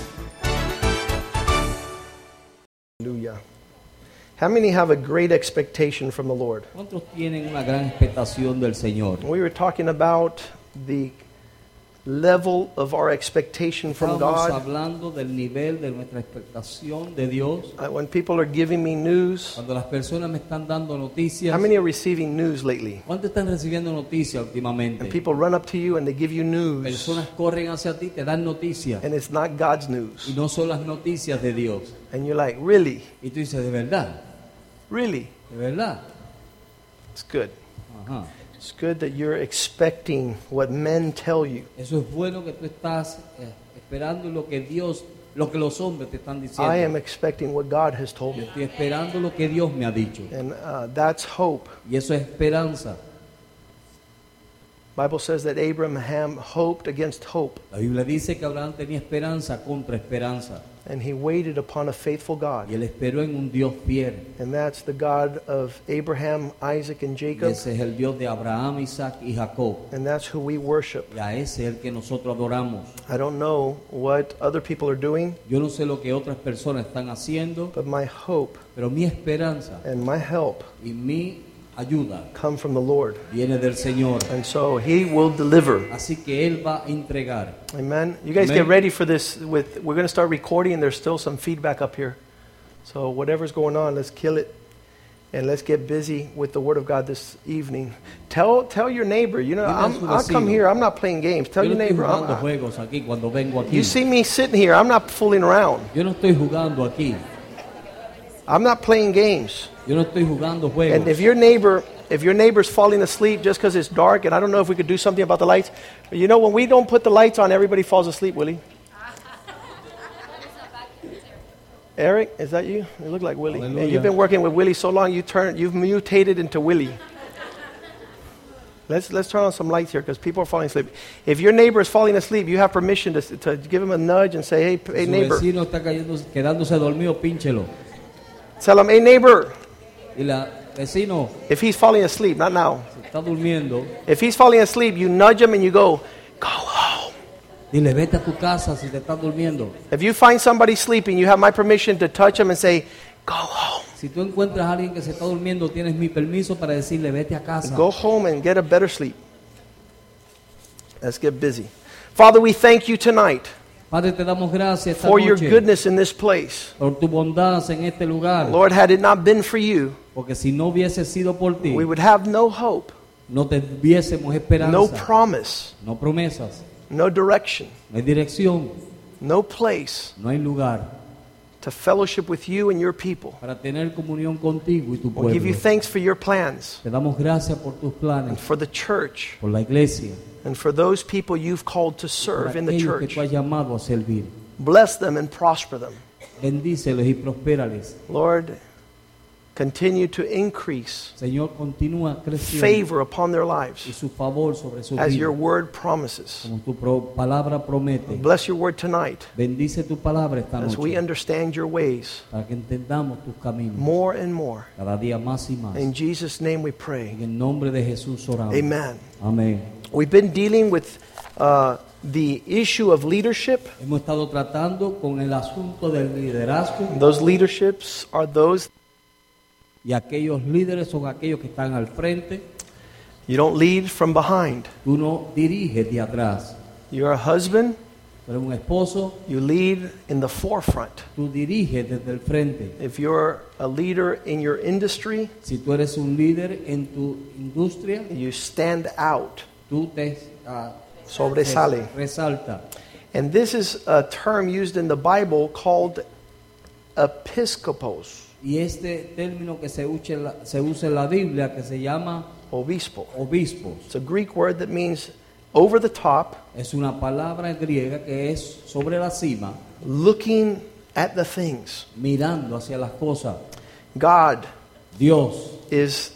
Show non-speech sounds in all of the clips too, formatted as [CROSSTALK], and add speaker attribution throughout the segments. Speaker 1: Hallelujah. How many have a great expectation from the Lord?
Speaker 2: ¿Cuántos tienen una gran expectación del Señor?
Speaker 1: We were talking about the level of our expectation from
Speaker 2: Estamos
Speaker 1: God.
Speaker 2: hablando del nivel de nuestra expectación de Dios.
Speaker 1: Uh, When people are giving me news,
Speaker 2: Cuando las personas me están dando noticias,
Speaker 1: how many are receiving news lately?
Speaker 2: ¿cuántos están recibiendo noticias
Speaker 1: And
Speaker 2: últimamente?
Speaker 1: people run up to you and they give you news,
Speaker 2: Personas corren hacia ti, te dan noticias
Speaker 1: and it's not God's
Speaker 2: y
Speaker 1: news.
Speaker 2: no son las noticias de Dios.
Speaker 1: And you're like, really?
Speaker 2: Y tú dices, de verdad,
Speaker 1: Really?
Speaker 2: de verdad.
Speaker 1: It's good.
Speaker 2: Ajá.
Speaker 1: It's good that you're expecting what men tell you.
Speaker 2: Eso es bueno que tú estás eh, esperando lo que Dios, lo que los hombres te están
Speaker 1: I am
Speaker 2: diciendo.
Speaker 1: expecting what God has told me.
Speaker 2: Estoy esperando lo que Dios me ha dicho.
Speaker 1: And uh, that's hope.
Speaker 2: Y eso es esperanza.
Speaker 1: Bible says that Abraham hoped against hope.
Speaker 2: La Biblia dice que Abraham tenía esperanza contra esperanza
Speaker 1: And he waited upon a faithful
Speaker 2: y
Speaker 1: God.
Speaker 2: él esperó en un Dios fiel.
Speaker 1: And that's the God of Abraham, Isaac, and
Speaker 2: Y
Speaker 1: Jacob.
Speaker 2: ese es el Dios de Abraham, Isaac y Jacob.
Speaker 1: And that's who we worship.
Speaker 2: Y a ese es el que nosotros adoramos.
Speaker 1: I don't know what other people are doing,
Speaker 2: Yo no sé lo que otras personas están haciendo,
Speaker 1: but my hope
Speaker 2: pero mi esperanza
Speaker 1: and my help
Speaker 2: y mi ayuda
Speaker 1: come from the Lord.
Speaker 2: viene del Señor.
Speaker 1: And so he will deliver.
Speaker 2: Así que Él va a entregar.
Speaker 1: Amen. You guys
Speaker 2: Amen.
Speaker 1: get ready for this with we're going to start recording. There's still some feedback up here. So whatever's going on, let's kill it. And let's get busy with the Word of God this evening. Tell, tell your neighbor, you know,
Speaker 2: Dile a
Speaker 1: I'm,
Speaker 2: su
Speaker 1: I'll come
Speaker 2: vecino.
Speaker 1: here. I'm not playing games. Tell
Speaker 2: Yo no
Speaker 1: your
Speaker 2: estoy
Speaker 1: neighbor, I'm,
Speaker 2: jugando juegos aquí cuando vengo aquí.
Speaker 1: You see me sitting here, I'm not fooling around.
Speaker 2: Yo no estoy jugando aquí.
Speaker 1: I'm not playing games.
Speaker 2: Yo no estoy jugando
Speaker 1: And
Speaker 2: juegos.
Speaker 1: if your neighbor, if your neighbor's falling asleep just because it's dark, and I don't know if we could do something about the lights, but you know, when we don't put the lights on, everybody falls asleep, Willie. Eric, is that you? You look like Willie. Man, you've
Speaker 2: Hallelujah.
Speaker 1: been working with Willie so long, you turn, you've mutated into Willie. Let's, let's turn on some lights here because people are falling asleep. If your neighbor is falling asleep, you have permission to, to give him a nudge and say, hey, p- hey
Speaker 2: Su
Speaker 1: neighbor.
Speaker 2: vecino está cayendo, quedándose dormido, pínchelo.
Speaker 1: Tell him, hey, neighbor.
Speaker 2: Y la vecino
Speaker 1: If he's falling asleep, not now.
Speaker 2: se está durmiendo.
Speaker 1: If he's falling asleep, you nudge him and you go, go home.
Speaker 2: Dile, vete a tu casa si te estás durmiendo.
Speaker 1: If you find somebody sleeping, you have my permission to touch him and say, go home.
Speaker 2: Si tú encuentras a alguien que se está durmiendo, tienes mi permiso para decirle, vete a casa.
Speaker 1: Go home and get a better sleep. Let's get busy. Father, we thank you tonight
Speaker 2: Padre, te damos gracias esta
Speaker 1: for your
Speaker 2: noche
Speaker 1: goodness in this place.
Speaker 2: por tu bondad en este lugar.
Speaker 1: Lord, had it not been for you,
Speaker 2: Porque si no hubiese sido por ti,
Speaker 1: we would have no hope,
Speaker 2: no te hubiésemos esperanza.
Speaker 1: no promise,
Speaker 2: no promesas,
Speaker 1: no direction,
Speaker 2: no hay dirección,
Speaker 1: no place
Speaker 2: no hay lugar
Speaker 1: to fellowship with you and your people.
Speaker 2: para tener comunión contigo y tu
Speaker 1: We give you
Speaker 2: pueblo.
Speaker 1: thanks for your plans
Speaker 2: Te damos gracias por tus
Speaker 1: and
Speaker 2: planes,
Speaker 1: for the church.
Speaker 2: por la iglesia,
Speaker 1: and for those people you've called to
Speaker 2: por
Speaker 1: serve in the
Speaker 2: aquellos que
Speaker 1: church.
Speaker 2: tú has llamado a servir.
Speaker 1: Bless them and prosper them.
Speaker 2: Bendícelos y prospérales.
Speaker 1: Lord, continue to increase
Speaker 2: Señor, continúa creciendo.
Speaker 1: favor upon their
Speaker 2: y
Speaker 1: lives
Speaker 2: su favor sobre su
Speaker 1: as
Speaker 2: vida,
Speaker 1: your word promises.
Speaker 2: como tu pro- palabra promete.
Speaker 1: Bless your word tonight
Speaker 2: Bendice tu palabra esta
Speaker 1: as we
Speaker 2: noche
Speaker 1: understand your ways
Speaker 2: para que entendamos tus caminos
Speaker 1: more and more.
Speaker 2: cada día más y más.
Speaker 1: In
Speaker 2: En
Speaker 1: Jesus' name we pray.
Speaker 2: el nombre de Jesús oramos.
Speaker 1: Amen.
Speaker 2: Amén.
Speaker 1: We've been dealing with uh, the issue of leadership.
Speaker 2: Hemos estado tratando con el asunto del liderazgo
Speaker 1: Those leaderships are those
Speaker 2: y aquellos líderes son aquellos que están al frente.
Speaker 1: you don't lead from behind.
Speaker 2: Tú no diriges de atrás.
Speaker 1: You're a husband,
Speaker 2: Pero un esposo,
Speaker 1: you lead in the forefront.
Speaker 2: tú diriges desde el frente.
Speaker 1: If you're a leader in your industry,
Speaker 2: Si tú eres un líder en tu industria,
Speaker 1: you stand out,
Speaker 2: tú te ah,
Speaker 1: sobresale.
Speaker 2: resalta.
Speaker 1: And this is a term used in the Bible called episcopos,
Speaker 2: Y este término que se usa, en la, se usa en la Biblia, que se llama
Speaker 1: obispo.
Speaker 2: obispos,
Speaker 1: It's a Greek word that means over the top,
Speaker 2: es una palabra griega que es sobre la cima,
Speaker 1: looking at the things.
Speaker 2: mirando hacia las cosas.
Speaker 1: God
Speaker 2: Dios
Speaker 1: is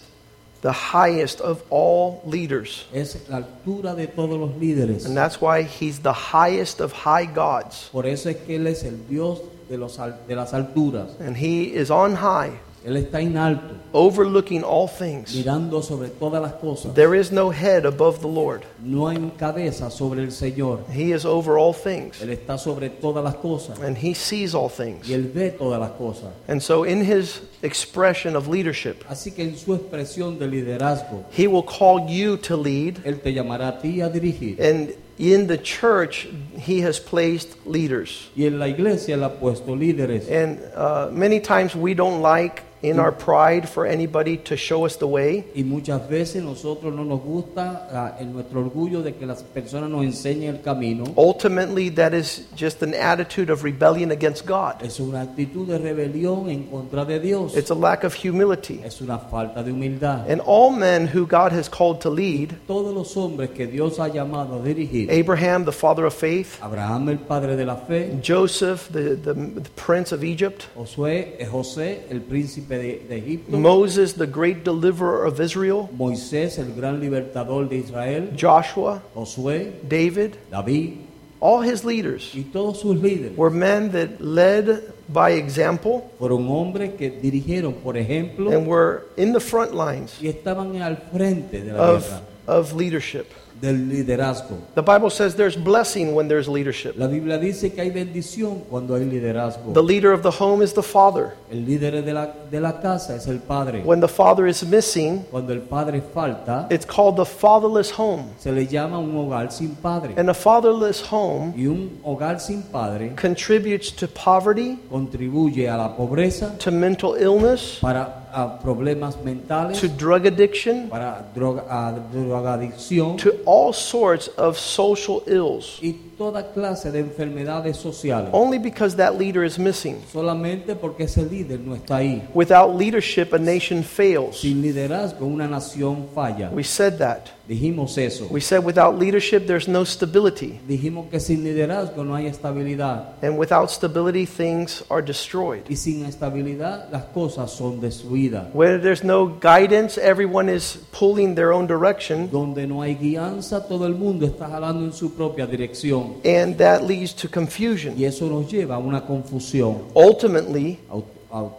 Speaker 1: the highest of all leaders.
Speaker 2: Es la altura de todos los líderes.
Speaker 1: And that's why he's the highest of high gods.
Speaker 2: Por eso es que Él es el Dios de, los, al- de las alturas.
Speaker 1: And he is on high,
Speaker 2: Él está en alto,
Speaker 1: overlooking all things.
Speaker 2: mirando sobre todas las cosas.
Speaker 1: There is no head above the Lord.
Speaker 2: No hay cabeza sobre el Señor.
Speaker 1: He is over all things.
Speaker 2: Él está sobre todas las cosas.
Speaker 1: And he sees all things.
Speaker 2: Y Él ve todas las cosas.
Speaker 1: And so, in his expression of leadership,
Speaker 2: Así que en su expresión de liderazgo,
Speaker 1: he will call you to lead.
Speaker 2: Él te llamará a ti a dirigir.
Speaker 1: And in the church, he has placed leaders.
Speaker 2: Y en la iglesia Él ha puesto líderes.
Speaker 1: And uh, many times we don't like, in our pride, for anybody to show us the way.
Speaker 2: Y muchas veces nosotros no nos gusta ah, en nuestro orgullo de que las personas nos enseñen el camino.
Speaker 1: Ultimately, that is just an attitude of rebellion against God.
Speaker 2: Es una actitud de rebelión en contra de Dios.
Speaker 1: It's a lack of humility.
Speaker 2: Es una falta de humildad.
Speaker 1: And all men who God has called to lead
Speaker 2: Todos los hombres que Dios ha llamado a dirigir,
Speaker 1: Abraham, the father of faith,
Speaker 2: Abraham el padre de la fe,
Speaker 1: Joseph, the, the, the prince of Egypt,
Speaker 2: Josué, eh, José el príncipe de, de Egipto,
Speaker 1: Moses, the great deliverer of Israel,
Speaker 2: Moisés el gran libertador de Israel,
Speaker 1: Joshua,
Speaker 2: Josué,
Speaker 1: David,
Speaker 2: David
Speaker 1: all his leaders
Speaker 2: y todos sus líderes
Speaker 1: were men that led by example
Speaker 2: fueron hombres que dirigieron, por ejemplo,
Speaker 1: and were in the front lines
Speaker 2: y estaban al frente de la
Speaker 1: of,
Speaker 2: guerra
Speaker 1: of leadership.
Speaker 2: del liderazgo.
Speaker 1: The Bible says there's blessing when there's leadership.
Speaker 2: La Biblia dice que hay bendición cuando hay liderazgo.
Speaker 1: The leader of the home is the father.
Speaker 2: El líder de la, de la casa es el padre.
Speaker 1: When the father is missing,
Speaker 2: Cuando el padre falta,
Speaker 1: it's called the fatherless home.
Speaker 2: se le llama un hogar sin padre.
Speaker 1: And a fatherless home
Speaker 2: Y un hogar sin padre
Speaker 1: contributes to poverty,
Speaker 2: contribuye a la pobreza,
Speaker 1: to mental illness,
Speaker 2: para a problemas mentales,
Speaker 1: to drug addiction,
Speaker 2: para droga, a drogadicción
Speaker 1: to all sorts of social ills.
Speaker 2: y toda clase de enfermedades sociales.
Speaker 1: Only because that leader is missing.
Speaker 2: Solamente porque ese líder no está ahí.
Speaker 1: Without leadership, a nation fails.
Speaker 2: Sin liderazgo una nación falla.
Speaker 1: We said that.
Speaker 2: Dijimos eso.
Speaker 1: We said without leadership, there's no stability.
Speaker 2: Dijimos que sin liderazgo no hay estabilidad.
Speaker 1: And without stability, things are destroyed.
Speaker 2: Y sin estabilidad las cosas son destruidas.
Speaker 1: Where there's no guidance, everyone is pulling their own direction,
Speaker 2: Donde no hay guianza, todo el mundo está jalando en su propia dirección.
Speaker 1: and that leads to
Speaker 2: Y
Speaker 1: confusion.
Speaker 2: eso nos lleva a una confusión.
Speaker 1: Ultimately,
Speaker 2: Au- au-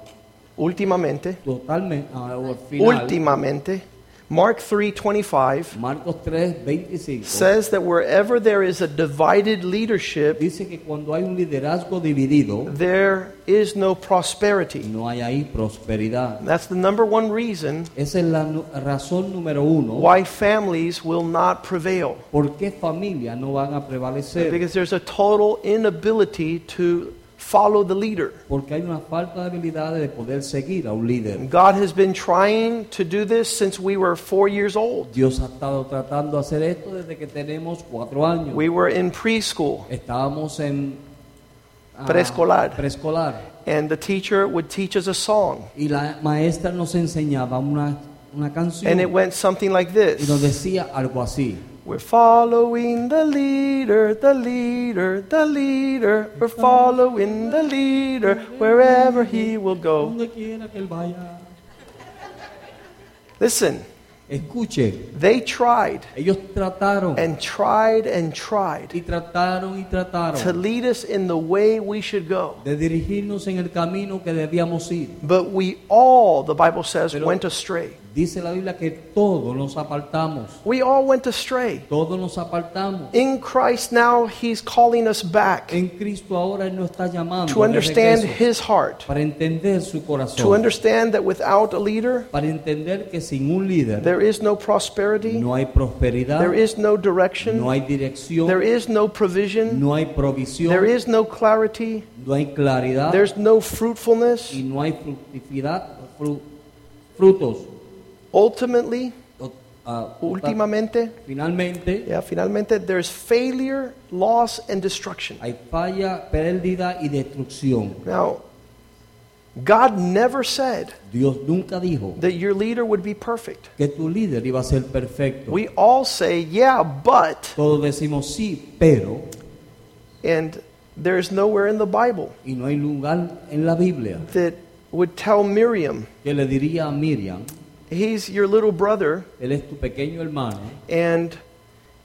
Speaker 1: últimamente,
Speaker 2: Totalmente, ah, al final,
Speaker 1: ultimamente, Mark 3:25
Speaker 2: Marcos 3, 25,
Speaker 1: says that wherever there is a divided leadership,
Speaker 2: dice que cuando hay un liderazgo dividido,
Speaker 1: there is no prosperity.
Speaker 2: no hay ahí prosperidad.
Speaker 1: That's the number one reason
Speaker 2: Esa es la nu- razón número uno.
Speaker 1: why families will not prevail.
Speaker 2: ¿Por qué familias no van a prevalecer?
Speaker 1: Because there's a total inability to follow the leader.
Speaker 2: Porque hay una falta de habilidades de poder seguir a un líder.
Speaker 1: God has been trying to do this since we were four years old.
Speaker 2: Dios ha estado tratando de hacer esto desde que tenemos cuatro años.
Speaker 1: We were in preschool,
Speaker 2: Estábamos en ah,
Speaker 1: Preescolar.
Speaker 2: preescolar.
Speaker 1: and the teacher would teach us a song.
Speaker 2: Y la maestra nos enseñaba una, una canción
Speaker 1: And it went something like
Speaker 2: y nos
Speaker 1: this
Speaker 2: decía algo así.
Speaker 1: We're following the leader, the leader, the leader. We're following the leader wherever he will go.
Speaker 2: Donde quiera que él vaya.
Speaker 1: Listen,
Speaker 2: Escuche,
Speaker 1: they tried
Speaker 2: ellos trataron
Speaker 1: and tried and tried
Speaker 2: y trataron y
Speaker 1: to
Speaker 2: trataron
Speaker 1: lead us in the way we should go.
Speaker 2: de dirigirnos en el camino que debíamos ir.
Speaker 1: But we all, the Bible says,
Speaker 2: Pero-
Speaker 1: went astray.
Speaker 2: Dice la Biblia que todos nos apartamos,
Speaker 1: We all went astray.
Speaker 2: todos nos apartamos.
Speaker 1: In Christ now, He's calling us back
Speaker 2: En Cristo ahora Él nos está llamando
Speaker 1: to
Speaker 2: de
Speaker 1: understand
Speaker 2: regreso
Speaker 1: His heart,
Speaker 2: para entender su
Speaker 1: to
Speaker 2: corazón,
Speaker 1: understand that without a leader,
Speaker 2: para entender que sin un líder
Speaker 1: there is no prosperity,
Speaker 2: no hay prosperidad,
Speaker 1: there is no direction,
Speaker 2: no hay dirección,
Speaker 1: there is no provision,
Speaker 2: no hay provisión,
Speaker 1: there is no clarity,
Speaker 2: no hay claridad
Speaker 1: there's no fruitfulness.
Speaker 2: y no hay fructividad, fru- frutos.
Speaker 1: Ultimately,
Speaker 2: O- ah,
Speaker 1: últimamente,
Speaker 2: Finalmente
Speaker 1: yeah, finalmente, there's failure, loss, and destruction.
Speaker 2: hay falla, pérdida y destrucción.
Speaker 1: Now, God never said
Speaker 2: Dios nunca dijo
Speaker 1: that your leader would be perfect.
Speaker 2: que tu líder iba a ser perfecto.
Speaker 1: We all say, yeah, but,
Speaker 2: Todos decimos sí, pero,
Speaker 1: and there's nowhere in the Bible
Speaker 2: y no hay lugar en la Biblia
Speaker 1: that would tell Miriam,
Speaker 2: que le diría a Miriam,
Speaker 1: he's your little brother
Speaker 2: Él es tu pequeño hermano
Speaker 1: and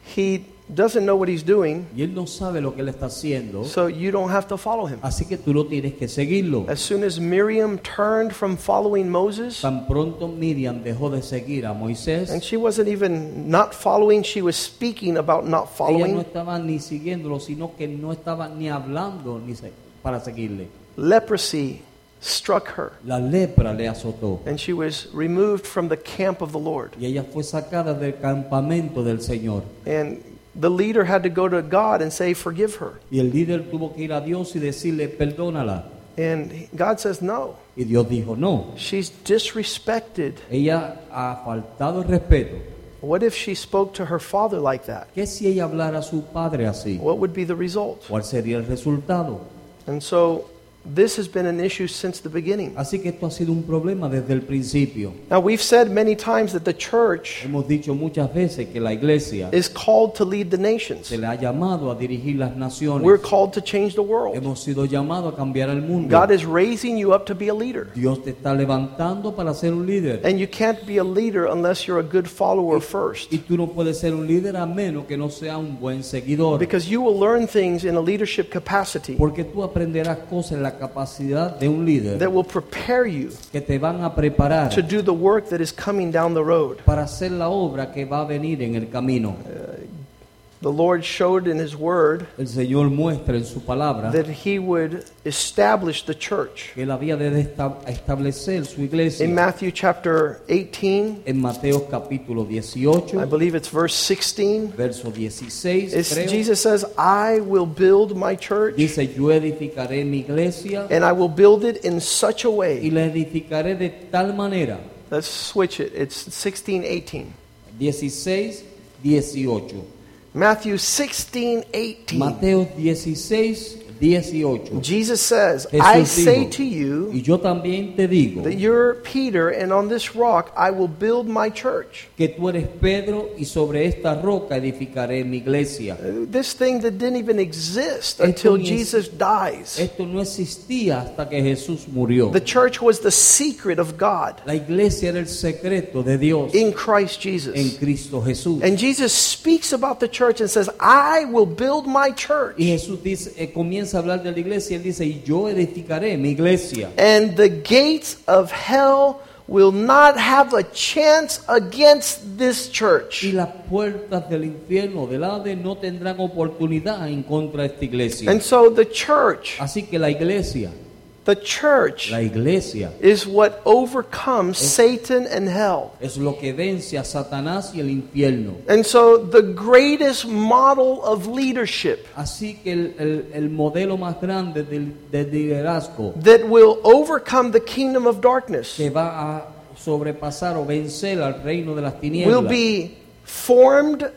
Speaker 1: he doesn't know what he's doing,
Speaker 2: y él no sabe lo que él está haciendo,
Speaker 1: so you don't have to follow him.
Speaker 2: así que tú lo tienes que seguirlo.
Speaker 1: As soon as Miriam turned from following Moses,
Speaker 2: Tan pronto Miriam dejó de seguir a
Speaker 1: and
Speaker 2: Moisés,
Speaker 1: she wasn't even not following, she was speaking about not
Speaker 2: ella no
Speaker 1: following.
Speaker 2: estaba ni siguiéndolo, sino que no estaba ni hablando ni se- para seguirle.
Speaker 1: Leprosy struck her,
Speaker 2: La lepra le azotó
Speaker 1: and she was removed from the camp of the Lord.
Speaker 2: y ella fue sacada del campamento del Señor.
Speaker 1: And the leader had to go to God and say, Forgive her.
Speaker 2: Y el líder tuvo que ir a Dios y decirle, perdónala.
Speaker 1: And God says, No.
Speaker 2: Y Dios dijo, no,
Speaker 1: She's disrespected.
Speaker 2: ella ha faltado el respeto.
Speaker 1: What if she spoke to her father like that?
Speaker 2: ¿Qué si ella hablara a su padre así?
Speaker 1: What would be the result?
Speaker 2: ¿Cuál sería el resultado?
Speaker 1: And so this has been an issue since the beginning.
Speaker 2: Así que esto ha sido un problema desde el principio.
Speaker 1: Now, we've said many times that the church
Speaker 2: Hemos dicho muchas veces que la iglesia
Speaker 1: is called to lead the nations,
Speaker 2: se le ha llamado a dirigir las naciones.
Speaker 1: we're called to change the world.
Speaker 2: Hemos sido llamados a cambiar el mundo.
Speaker 1: God is raising you up to be a leader.
Speaker 2: Dios te está levantando para ser un líder.
Speaker 1: And you can't be a leader unless you're a good follower first.
Speaker 2: Y tú no puedes ser un líder a menos que no sea un buen seguidor.
Speaker 1: Because you will learn things in a leadership capacity
Speaker 2: Porque tú aprenderás cosas en la capacidad de un líder
Speaker 1: that will prepare you
Speaker 2: que te van a preparar
Speaker 1: to do the work that is coming down the road.
Speaker 2: para hacer la obra que va a venir en el camino.
Speaker 1: The Lord showed in His Word
Speaker 2: El Señor muestra en su palabra
Speaker 1: that He would establish the church.
Speaker 2: que él había de esta- establecer su iglesia
Speaker 1: In Matthew chapter 18,
Speaker 2: en Mateo capítulo
Speaker 1: I
Speaker 2: 18,
Speaker 1: believe it's verse 16,
Speaker 2: verso 16,
Speaker 1: it's,
Speaker 2: creo.
Speaker 1: Jesus says, I will build my church
Speaker 2: dice, yo edificaré mi iglesia
Speaker 1: and I will build it in such a
Speaker 2: y
Speaker 1: way.
Speaker 2: la edificaré de tal manera.
Speaker 1: Let's switch it. It's 16, 18.
Speaker 2: 16, 18.
Speaker 1: Matthew 16, 18.
Speaker 2: Mateo 16, 18.
Speaker 1: Jesus says,
Speaker 2: Jesús
Speaker 1: I
Speaker 2: dijo,
Speaker 1: say to
Speaker 2: y
Speaker 1: you
Speaker 2: yo también te digo
Speaker 1: that you're Peter, and on this rock I will build my church.
Speaker 2: que tú eres Pedro y sobre esta roca edificaré mi iglesia.
Speaker 1: This thing that didn't even exist
Speaker 2: Esto
Speaker 1: until
Speaker 2: ni es-
Speaker 1: Jesus dies.
Speaker 2: Esto no existía hasta que Jesús murió.
Speaker 1: The church was the secret of God
Speaker 2: La iglesia era el secreto de Dios
Speaker 1: in Christ
Speaker 2: en
Speaker 1: Jesus.
Speaker 2: Cristo Jesús.
Speaker 1: And Jesus speaks about the church and says, I will build my
Speaker 2: Y
Speaker 1: church,
Speaker 2: Jesús dice, eh, comienza a hablar de la iglesia, él dice, y yo edificaré mi iglesia.
Speaker 1: and the gates of hell will not have a chance against this
Speaker 2: Y
Speaker 1: church.
Speaker 2: las puertas del infierno, del Hades, no tendrán oportunidad en contra de esta iglesia.
Speaker 1: And so the church,
Speaker 2: Así que la iglesia,
Speaker 1: the church
Speaker 2: la iglesia,
Speaker 1: is what overcomes Satan and hell.
Speaker 2: es lo que vence a Satanás y el infierno.
Speaker 1: And so the greatest model of leadership
Speaker 2: Así que el, el- el modelo más grande del, del liderazgo
Speaker 1: that will overcome the kingdom of darkness
Speaker 2: que va a sobrepasar o vencer al reino de las
Speaker 1: will
Speaker 2: tinieblas
Speaker 1: be formed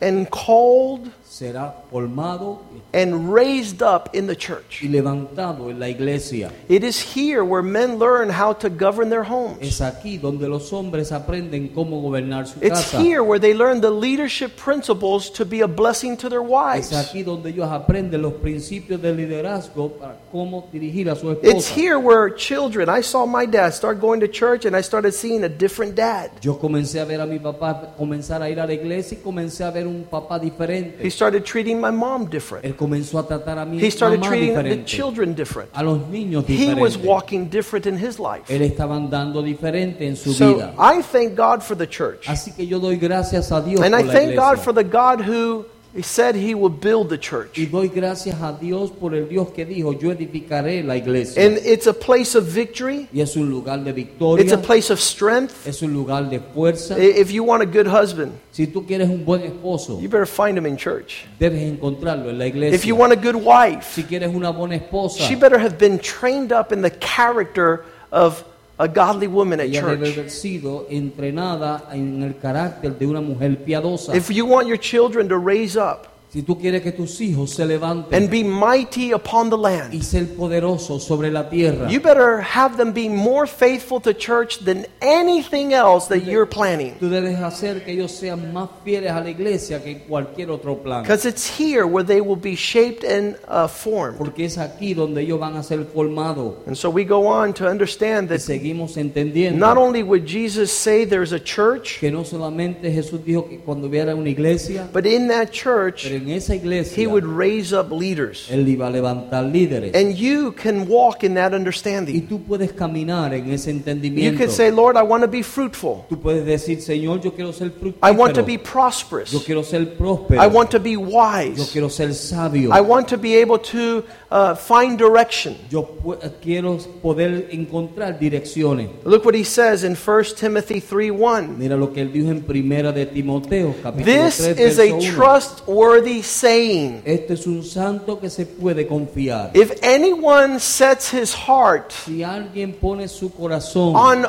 Speaker 1: and called
Speaker 2: será formado
Speaker 1: and raised up in the church.
Speaker 2: y levantado en la iglesia.
Speaker 1: It is here where men learn how to govern their homes.
Speaker 2: Es aquí donde los hombres aprenden cómo gobernar su
Speaker 1: It's
Speaker 2: casa.
Speaker 1: here where they learn the leadership principles to be a blessing to their
Speaker 2: Es
Speaker 1: wives.
Speaker 2: aquí donde ellos aprenden los principios del liderazgo para cómo dirigir a su
Speaker 1: It's
Speaker 2: esposa.
Speaker 1: here where children, I saw my dad start going to church and I started seeing a different dad.
Speaker 2: Yo comencé a ver a mi papá comenzar a ir a la iglesia y comencé a ver un papá diferente.
Speaker 1: He started treating my mom different.
Speaker 2: Él comenzó a tratar a mi
Speaker 1: He started
Speaker 2: mamá
Speaker 1: treating the
Speaker 2: diferente,
Speaker 1: children different.
Speaker 2: a los niños
Speaker 1: He was
Speaker 2: diferentes.
Speaker 1: walking different in his life.
Speaker 2: Él estaba andando diferente en su
Speaker 1: So
Speaker 2: vida.
Speaker 1: I thank God for the church.
Speaker 2: Así que yo doy gracias a Dios
Speaker 1: And
Speaker 2: por
Speaker 1: I
Speaker 2: la
Speaker 1: thank God
Speaker 2: iglesia.
Speaker 1: for the God who said he will build the church.
Speaker 2: y doy gracias a Dios por el Dios que dijo, yo edificaré la iglesia.
Speaker 1: And it's a place of victory,
Speaker 2: y es un lugar de
Speaker 1: it's a
Speaker 2: victoria,
Speaker 1: place of strength.
Speaker 2: es un lugar de
Speaker 1: I-
Speaker 2: fuerza.
Speaker 1: If you want a good husband,
Speaker 2: si tú quieres un buen esposo,
Speaker 1: you better find him in church.
Speaker 2: debes encontrarlo en la iglesia.
Speaker 1: If you want a good wife,
Speaker 2: si quieres una buena esposa,
Speaker 1: she better have been trained up in the character of a godly woman at
Speaker 2: ella debe
Speaker 1: church.
Speaker 2: haber sido entrenada en el carácter de una mujer piadosa.
Speaker 1: If you want your children to raise up,
Speaker 2: Si Si tú quieres que tus hijos se levanten
Speaker 1: and be mighty upon the
Speaker 2: y
Speaker 1: land.
Speaker 2: ser poderosos sobre la tierra,
Speaker 1: You better have them be more faithful to church than anything else that you're planning.
Speaker 2: tú debes hacer que ellos sean más fieles a la iglesia que en cualquier otro plan.
Speaker 1: Because it's here where they will be shaped and uh, formed.
Speaker 2: Porque es aquí donde ellos van a ser formados.
Speaker 1: And so we go on to understand
Speaker 2: Y
Speaker 1: that
Speaker 2: seguimos entendiendo
Speaker 1: not only would Jesus say there's a church,
Speaker 2: que no solamente Jesús dijo que cuando hubiera una iglesia,
Speaker 1: but in that church,
Speaker 2: pero en esa
Speaker 1: he
Speaker 2: iglesia
Speaker 1: would raise up leaders.
Speaker 2: Él iba a levantar líderes.
Speaker 1: And you can walk in that
Speaker 2: y
Speaker 1: understanding.
Speaker 2: tú puedes caminar en ese
Speaker 1: You
Speaker 2: entendimiento.
Speaker 1: can say, Lord, I want to be fruitful.
Speaker 2: tú puedes decir, Señor, yo quiero ser fructífero.
Speaker 1: I want to be prosperous.
Speaker 2: yo quiero ser próspero.
Speaker 1: I want to be
Speaker 2: yo
Speaker 1: wise.
Speaker 2: quiero ser sabio.
Speaker 1: I want to be able to uh, find direction.
Speaker 2: yo pu- quiero poder encontrar direcciones.
Speaker 1: Look what he says in 1 Timothy 3 1.
Speaker 2: Mira lo que él dijo en primera de Timoteo, capítulo
Speaker 1: This
Speaker 2: 3,
Speaker 1: is
Speaker 2: verso
Speaker 1: a
Speaker 2: 1.
Speaker 1: trustworthy saying.
Speaker 2: Este es un santo que se puede confiar.
Speaker 1: If anyone sets his heart
Speaker 2: Si alguien pone su corazón
Speaker 1: on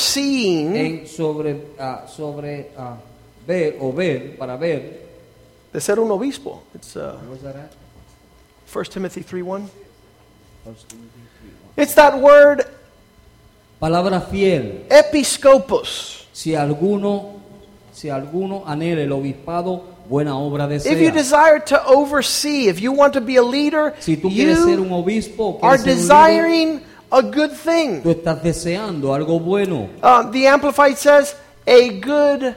Speaker 1: overseeing,
Speaker 2: en sobre ah, sobre ah, ver o ver para ver,
Speaker 1: they said un obispo. It's uh,
Speaker 2: Where's that at?
Speaker 1: 1 Timothy 3 1.
Speaker 2: First Timothy.
Speaker 1: It's that word
Speaker 2: Palabra fiel.
Speaker 1: episcopos.
Speaker 2: Si alguno, si alguno anhela el obispado, buena obra
Speaker 1: If you
Speaker 2: desea.
Speaker 1: desire to oversee, if you want to be a leader,
Speaker 2: Si tú quieres ser un
Speaker 1: you
Speaker 2: obispo, o
Speaker 1: are
Speaker 2: quieres ser un líder,
Speaker 1: desiring a good
Speaker 2: tú
Speaker 1: thing.
Speaker 2: estás deseando algo bueno.
Speaker 1: Uh, the Amplified says, a good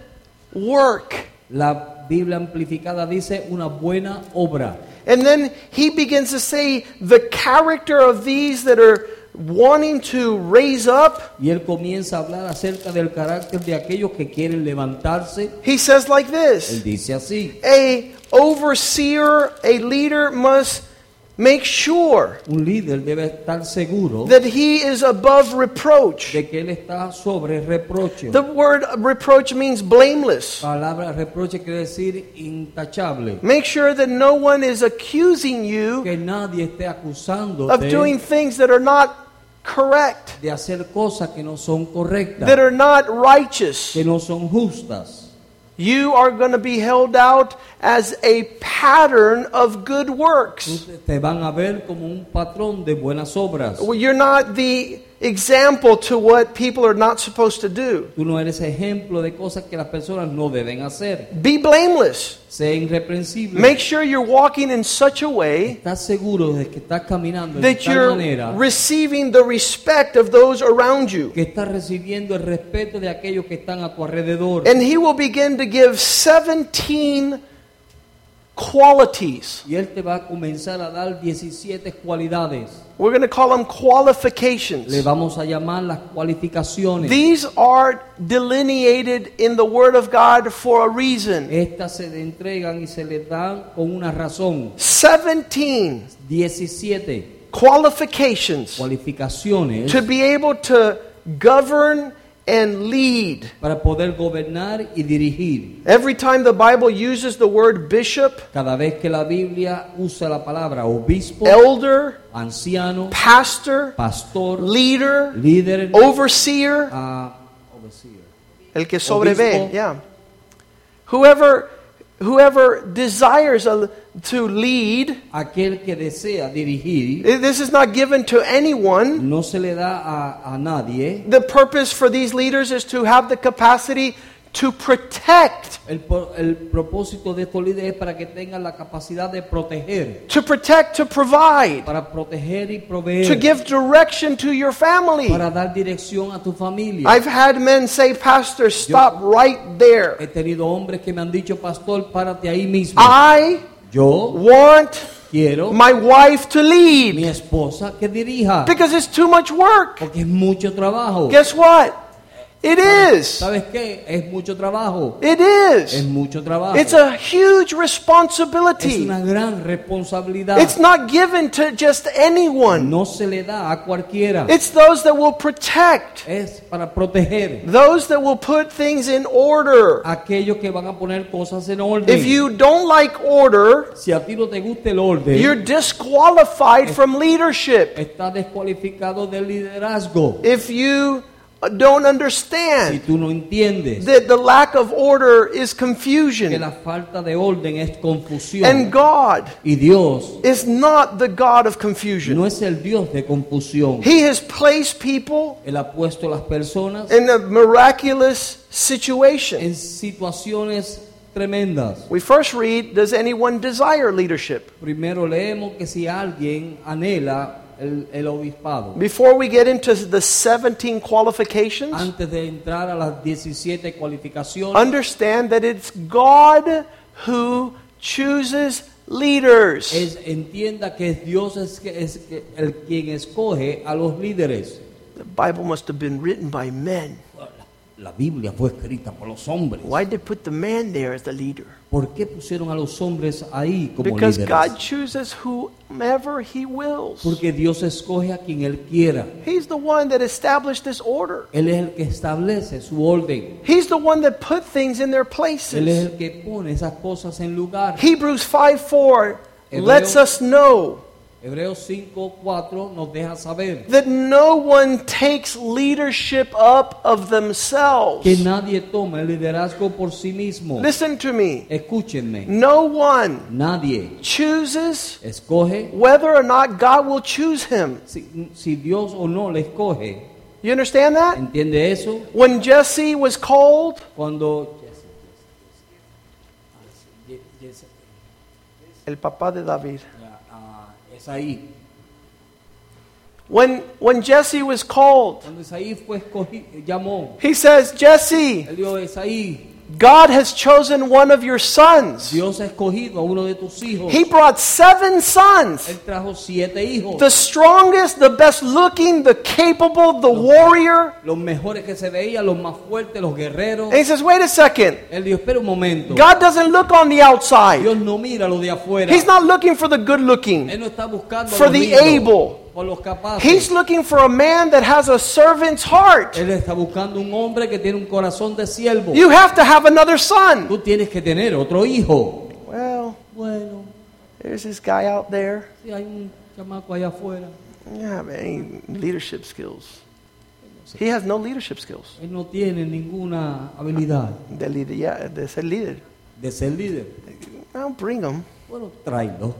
Speaker 1: work.
Speaker 2: La Biblia amplificada dice una buena obra.
Speaker 1: And then he begins to say the character of these that are wanting to raise up.
Speaker 2: Y él comienza a hablar acerca del carácter de aquellos que quieren levantarse.
Speaker 1: He says like
Speaker 2: Él
Speaker 1: this
Speaker 2: dice así.
Speaker 1: a overseer, a leader must make sure
Speaker 2: Un líder debe estar seguro
Speaker 1: that he is above reproach.
Speaker 2: de que él está sobre reproche.
Speaker 1: The word reproach means blameless.
Speaker 2: Palabra reproche quiere decir intachable.
Speaker 1: Make sure that no one is accusing you
Speaker 2: Que nadie esté acusando
Speaker 1: of doing things that are not correct,
Speaker 2: de hacer cosas que no son
Speaker 1: that
Speaker 2: correctas,
Speaker 1: are not righteous.
Speaker 2: que no son justas.
Speaker 1: You are going to be held out as a pattern of good
Speaker 2: Tú
Speaker 1: works.
Speaker 2: te- te van a ver como un patrón de buenas obras.
Speaker 1: Well, You're not the example to what people are not supposed to do.
Speaker 2: Tú no eres ejemplo de cosas que las personas no deben hacer.
Speaker 1: Be blameless.
Speaker 2: Sé irreprensible.
Speaker 1: Make sure you're walking in such a way
Speaker 2: estás seguro de que estás caminando de
Speaker 1: that
Speaker 2: tal
Speaker 1: you're
Speaker 2: manera
Speaker 1: receiving the respect of those around you.
Speaker 2: que estás recibiendo el respeto de aquellos que están a tu alrededor.
Speaker 1: And he will begin to give 17 qualities.
Speaker 2: y él te va a comenzar a dar 17 cualidades.
Speaker 1: We're going to call them
Speaker 2: Le
Speaker 1: qualifications.
Speaker 2: vamos a llamar las cualificaciones.
Speaker 1: These are delineated in the Word of God for a reason.
Speaker 2: Estas se le entregan y se les dan con una razón.
Speaker 1: 17
Speaker 2: 17
Speaker 1: qualifications
Speaker 2: cualificaciones
Speaker 1: to be able to govern and lead.
Speaker 2: para poder gobernar y dirigir.
Speaker 1: Every time the Bible uses the word bishop,
Speaker 2: Cada vez que la Biblia usa la palabra obispo,
Speaker 1: elder,
Speaker 2: anciano,
Speaker 1: pastor,
Speaker 2: pastor,
Speaker 1: leader,
Speaker 2: líder,
Speaker 1: overseer,
Speaker 2: ah, overseer.
Speaker 1: el que sobrevé,
Speaker 2: Obispo.
Speaker 1: yeah. Whoever whoever desires a- to lead, eh,
Speaker 2: aquel que desea dirigir,
Speaker 1: this is not given to anyone.
Speaker 2: no se le da a, a nadie.
Speaker 1: The purpose for these leaders is to have the capacity to protect
Speaker 2: El, pro- el propósito de estos líderes es para que tengan la capacidad de proteger,
Speaker 1: to protect, to provide,
Speaker 2: para proteger y
Speaker 1: to
Speaker 2: proveer,
Speaker 1: give direction to your family.
Speaker 2: para dar dirección a tu familia.
Speaker 1: I've had men say, Pastor, stop right
Speaker 2: He
Speaker 1: there.
Speaker 2: tenido hombres que me han dicho, pastor, párate ahí mismo.
Speaker 1: I
Speaker 2: Yo
Speaker 1: want
Speaker 2: quiero
Speaker 1: my wife to
Speaker 2: mi
Speaker 1: lead
Speaker 2: esposa que dirija,
Speaker 1: because it's too much work.
Speaker 2: porque es mucho trabajo.
Speaker 1: Guess what? It is.
Speaker 2: ¿Sabes qué? Es mucho trabajo.
Speaker 1: It
Speaker 2: Es
Speaker 1: is.
Speaker 2: mucho trabajo.
Speaker 1: It's a huge
Speaker 2: es
Speaker 1: responsibility.
Speaker 2: una gran responsabilidad.
Speaker 1: It's not given to just anyone,
Speaker 2: no se le da a cualquiera.
Speaker 1: it's those that will protect.
Speaker 2: es para proteger
Speaker 1: Those that will put things in order.
Speaker 2: a aquellos que van a poner cosas en orden.
Speaker 1: If you don't like order,
Speaker 2: si a ti no te gusta el orden,
Speaker 1: you're disqualified from leadership.
Speaker 2: estás descualificado del liderazgo.
Speaker 1: If you don't
Speaker 2: Si
Speaker 1: understand
Speaker 2: tú no entiendes
Speaker 1: that the lack of order is
Speaker 2: que
Speaker 1: confusion.
Speaker 2: la falta de orden es confusión
Speaker 1: And God
Speaker 2: y Dios
Speaker 1: is not the God of
Speaker 2: no
Speaker 1: confusion.
Speaker 2: es el Dios de confusión.
Speaker 1: He has placed people
Speaker 2: Él ha puesto a las personas
Speaker 1: in a miraculous situation.
Speaker 2: en situaciones tremendas.
Speaker 1: We first read, Does anyone desire leadership?
Speaker 2: Primero leemos que si alguien anhela el, el obispado,
Speaker 1: Before we get into the 17 qualifications,
Speaker 2: antes de entrar a las 17 cualificaciones,
Speaker 1: understand that it's God who chooses leaders.
Speaker 2: es- entienda que es Dios es, que- es que- el quien escoge a los líderes.
Speaker 1: The Bible must have been written by men.
Speaker 2: La Biblia fue escrita por los hombres.
Speaker 1: Why did they put the man there as the leader?
Speaker 2: ¿Por qué pusieron a los hombres ahí como
Speaker 1: Because
Speaker 2: líderes?
Speaker 1: God chooses whomever He wills.
Speaker 2: Porque Dios escoge a quien Él quiera.
Speaker 1: He's the one that established this order.
Speaker 2: Él es el que establece su orden.
Speaker 1: He's the one that put things in their
Speaker 2: Él es
Speaker 1: places.
Speaker 2: el que pone esas cosas en lugar.
Speaker 1: Hebrews 5 4 lets us know
Speaker 2: Hebreos 5.4 nos deja saber
Speaker 1: that no one takes leadership up of themselves.
Speaker 2: que nadie toma el liderazgo por sí mismo.
Speaker 1: Listen to me.
Speaker 2: Escúchenme,
Speaker 1: No one
Speaker 2: nadie
Speaker 1: chooses
Speaker 2: escoge
Speaker 1: whether or not God will choose him.
Speaker 2: si, si Dios o no le escoge.
Speaker 1: You understand that?
Speaker 2: ¿Entiende eso?
Speaker 1: When Jesse was called
Speaker 2: Cuando
Speaker 1: El papá de David.
Speaker 2: es ahí.
Speaker 1: When when Jesse was called,
Speaker 2: Cuando Isaí fue escogido, llamó.
Speaker 1: he says, "Jesse,
Speaker 2: Él dijo, Isaí,
Speaker 1: God has chosen one of your sons.
Speaker 2: Dios ha escogido a uno de tus hijos.
Speaker 1: He brought seven sons.
Speaker 2: Él trajo siete hijos.
Speaker 1: The strongest, the best looking, the capable, the warrior."
Speaker 2: Los mejores que se veían, los más fuertes, los guerreros.
Speaker 1: And he says, "Wait a second.
Speaker 2: Él dijo, espera un momento.
Speaker 1: God doesn't look on the outside.
Speaker 2: Dios no mira lo de afuera.
Speaker 1: He's not looking for the good looking.
Speaker 2: Él no está buscando
Speaker 1: For
Speaker 2: a
Speaker 1: the
Speaker 2: los lindos,
Speaker 1: able.
Speaker 2: por los
Speaker 1: He's
Speaker 2: capaces.
Speaker 1: looking for a man that has a servant's heart.
Speaker 2: Él está buscando un hombre que tiene un corazón de siervo.
Speaker 1: You have to have another son."
Speaker 2: Tú tienes que tener otro hijo.
Speaker 1: Well,
Speaker 2: Bueno,
Speaker 1: there's this guy out there.
Speaker 2: si hay un chamaco allá afuera,
Speaker 1: He doesn't have any leadership skills. He has no leadership skills.
Speaker 2: él no tiene ninguna habilidad
Speaker 1: De, lider, de ser líder.
Speaker 2: de ser líder.
Speaker 1: Now bring him.
Speaker 2: Bueno, tráelo.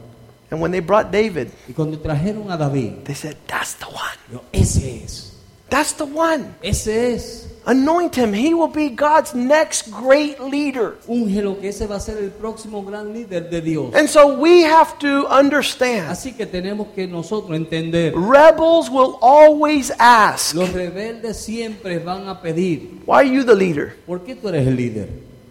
Speaker 1: And when they brought David,
Speaker 2: Y cuando trajeron a David,
Speaker 1: they said, That's the one.
Speaker 2: yo, ese es,
Speaker 1: That's the one.
Speaker 2: ese es.
Speaker 1: Anoint him. He will be God's next great leader.
Speaker 2: Úngelo que ese va a ser el próximo gran líder de Dios.
Speaker 1: And so we have to understand
Speaker 2: Así que tenemos que nosotros entender,
Speaker 1: rebels will always ask,
Speaker 2: los rebeldes siempre van a pedir,
Speaker 1: Why are you the leader?
Speaker 2: ¿por qué tú eres el líder?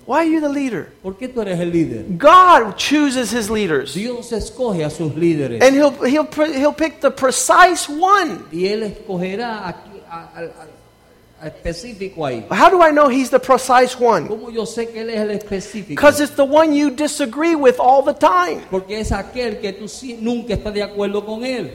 Speaker 1: Why are you the leader?
Speaker 2: ¿Por qué tú eres el líder?
Speaker 1: God chooses his leaders.
Speaker 2: Dios escoge a sus líderes.
Speaker 1: And he'll, he'll, pre- he'll pick the precise one.
Speaker 2: Y él escogerá aquí, a, a- a- a específico ahí.
Speaker 1: How do I know he's the precise one?
Speaker 2: ¿Cómo yo sé que él es el específico?
Speaker 1: Because it's the one you disagree with all the time.
Speaker 2: Porque es aquel que tú sí- nunca estás de acuerdo con él.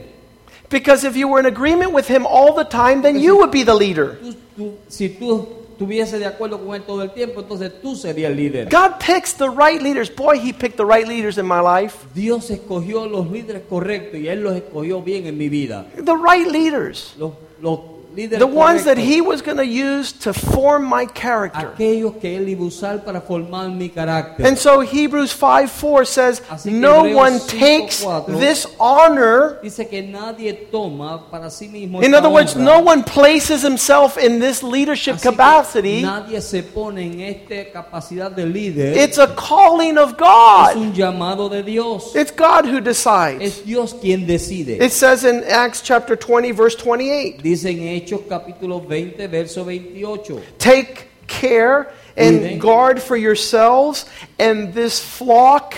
Speaker 1: Because if you were in agreement with him all the time, then you would be the leader.
Speaker 2: Tú- tú- si tú estuviese de acuerdo con él todo el tiempo, entonces tú serías el líder.
Speaker 1: God picks the right leaders. Boy, he picked the right leaders in my life.
Speaker 2: Dios escogió los líderes correctos y él los escogió bien en mi vida.
Speaker 1: The right leaders.
Speaker 2: Los, los líderes
Speaker 1: The ones that
Speaker 2: correctos,
Speaker 1: he was going to use to form my character.
Speaker 2: aquellos que él iba a usar para formar mi carácter.
Speaker 1: And so Hebrews 5 4 says,
Speaker 2: Así que
Speaker 1: No
Speaker 2: Hebreos
Speaker 1: one
Speaker 2: 5:4
Speaker 1: takes this honor.
Speaker 2: Dice que nadie toma para sí mismo.
Speaker 1: In
Speaker 2: esta
Speaker 1: other words,
Speaker 2: honra.
Speaker 1: no one places himself in this leadership
Speaker 2: Así que
Speaker 1: capacity.
Speaker 2: Nadie se pone en esta capacidad de líder.
Speaker 1: It's a calling of
Speaker 2: es
Speaker 1: God.
Speaker 2: un llamado de Dios.
Speaker 1: It's God who decides.
Speaker 2: Es Dios quien decide.
Speaker 1: It says in Acts chapter 20, verse 28.
Speaker 2: Dice en Hechos capítulo 20, verso 28.
Speaker 1: Take care
Speaker 2: Cuiden.
Speaker 1: and guard for yourselves and this flock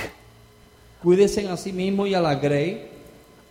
Speaker 2: Cuídense a sí mismo y a la grey,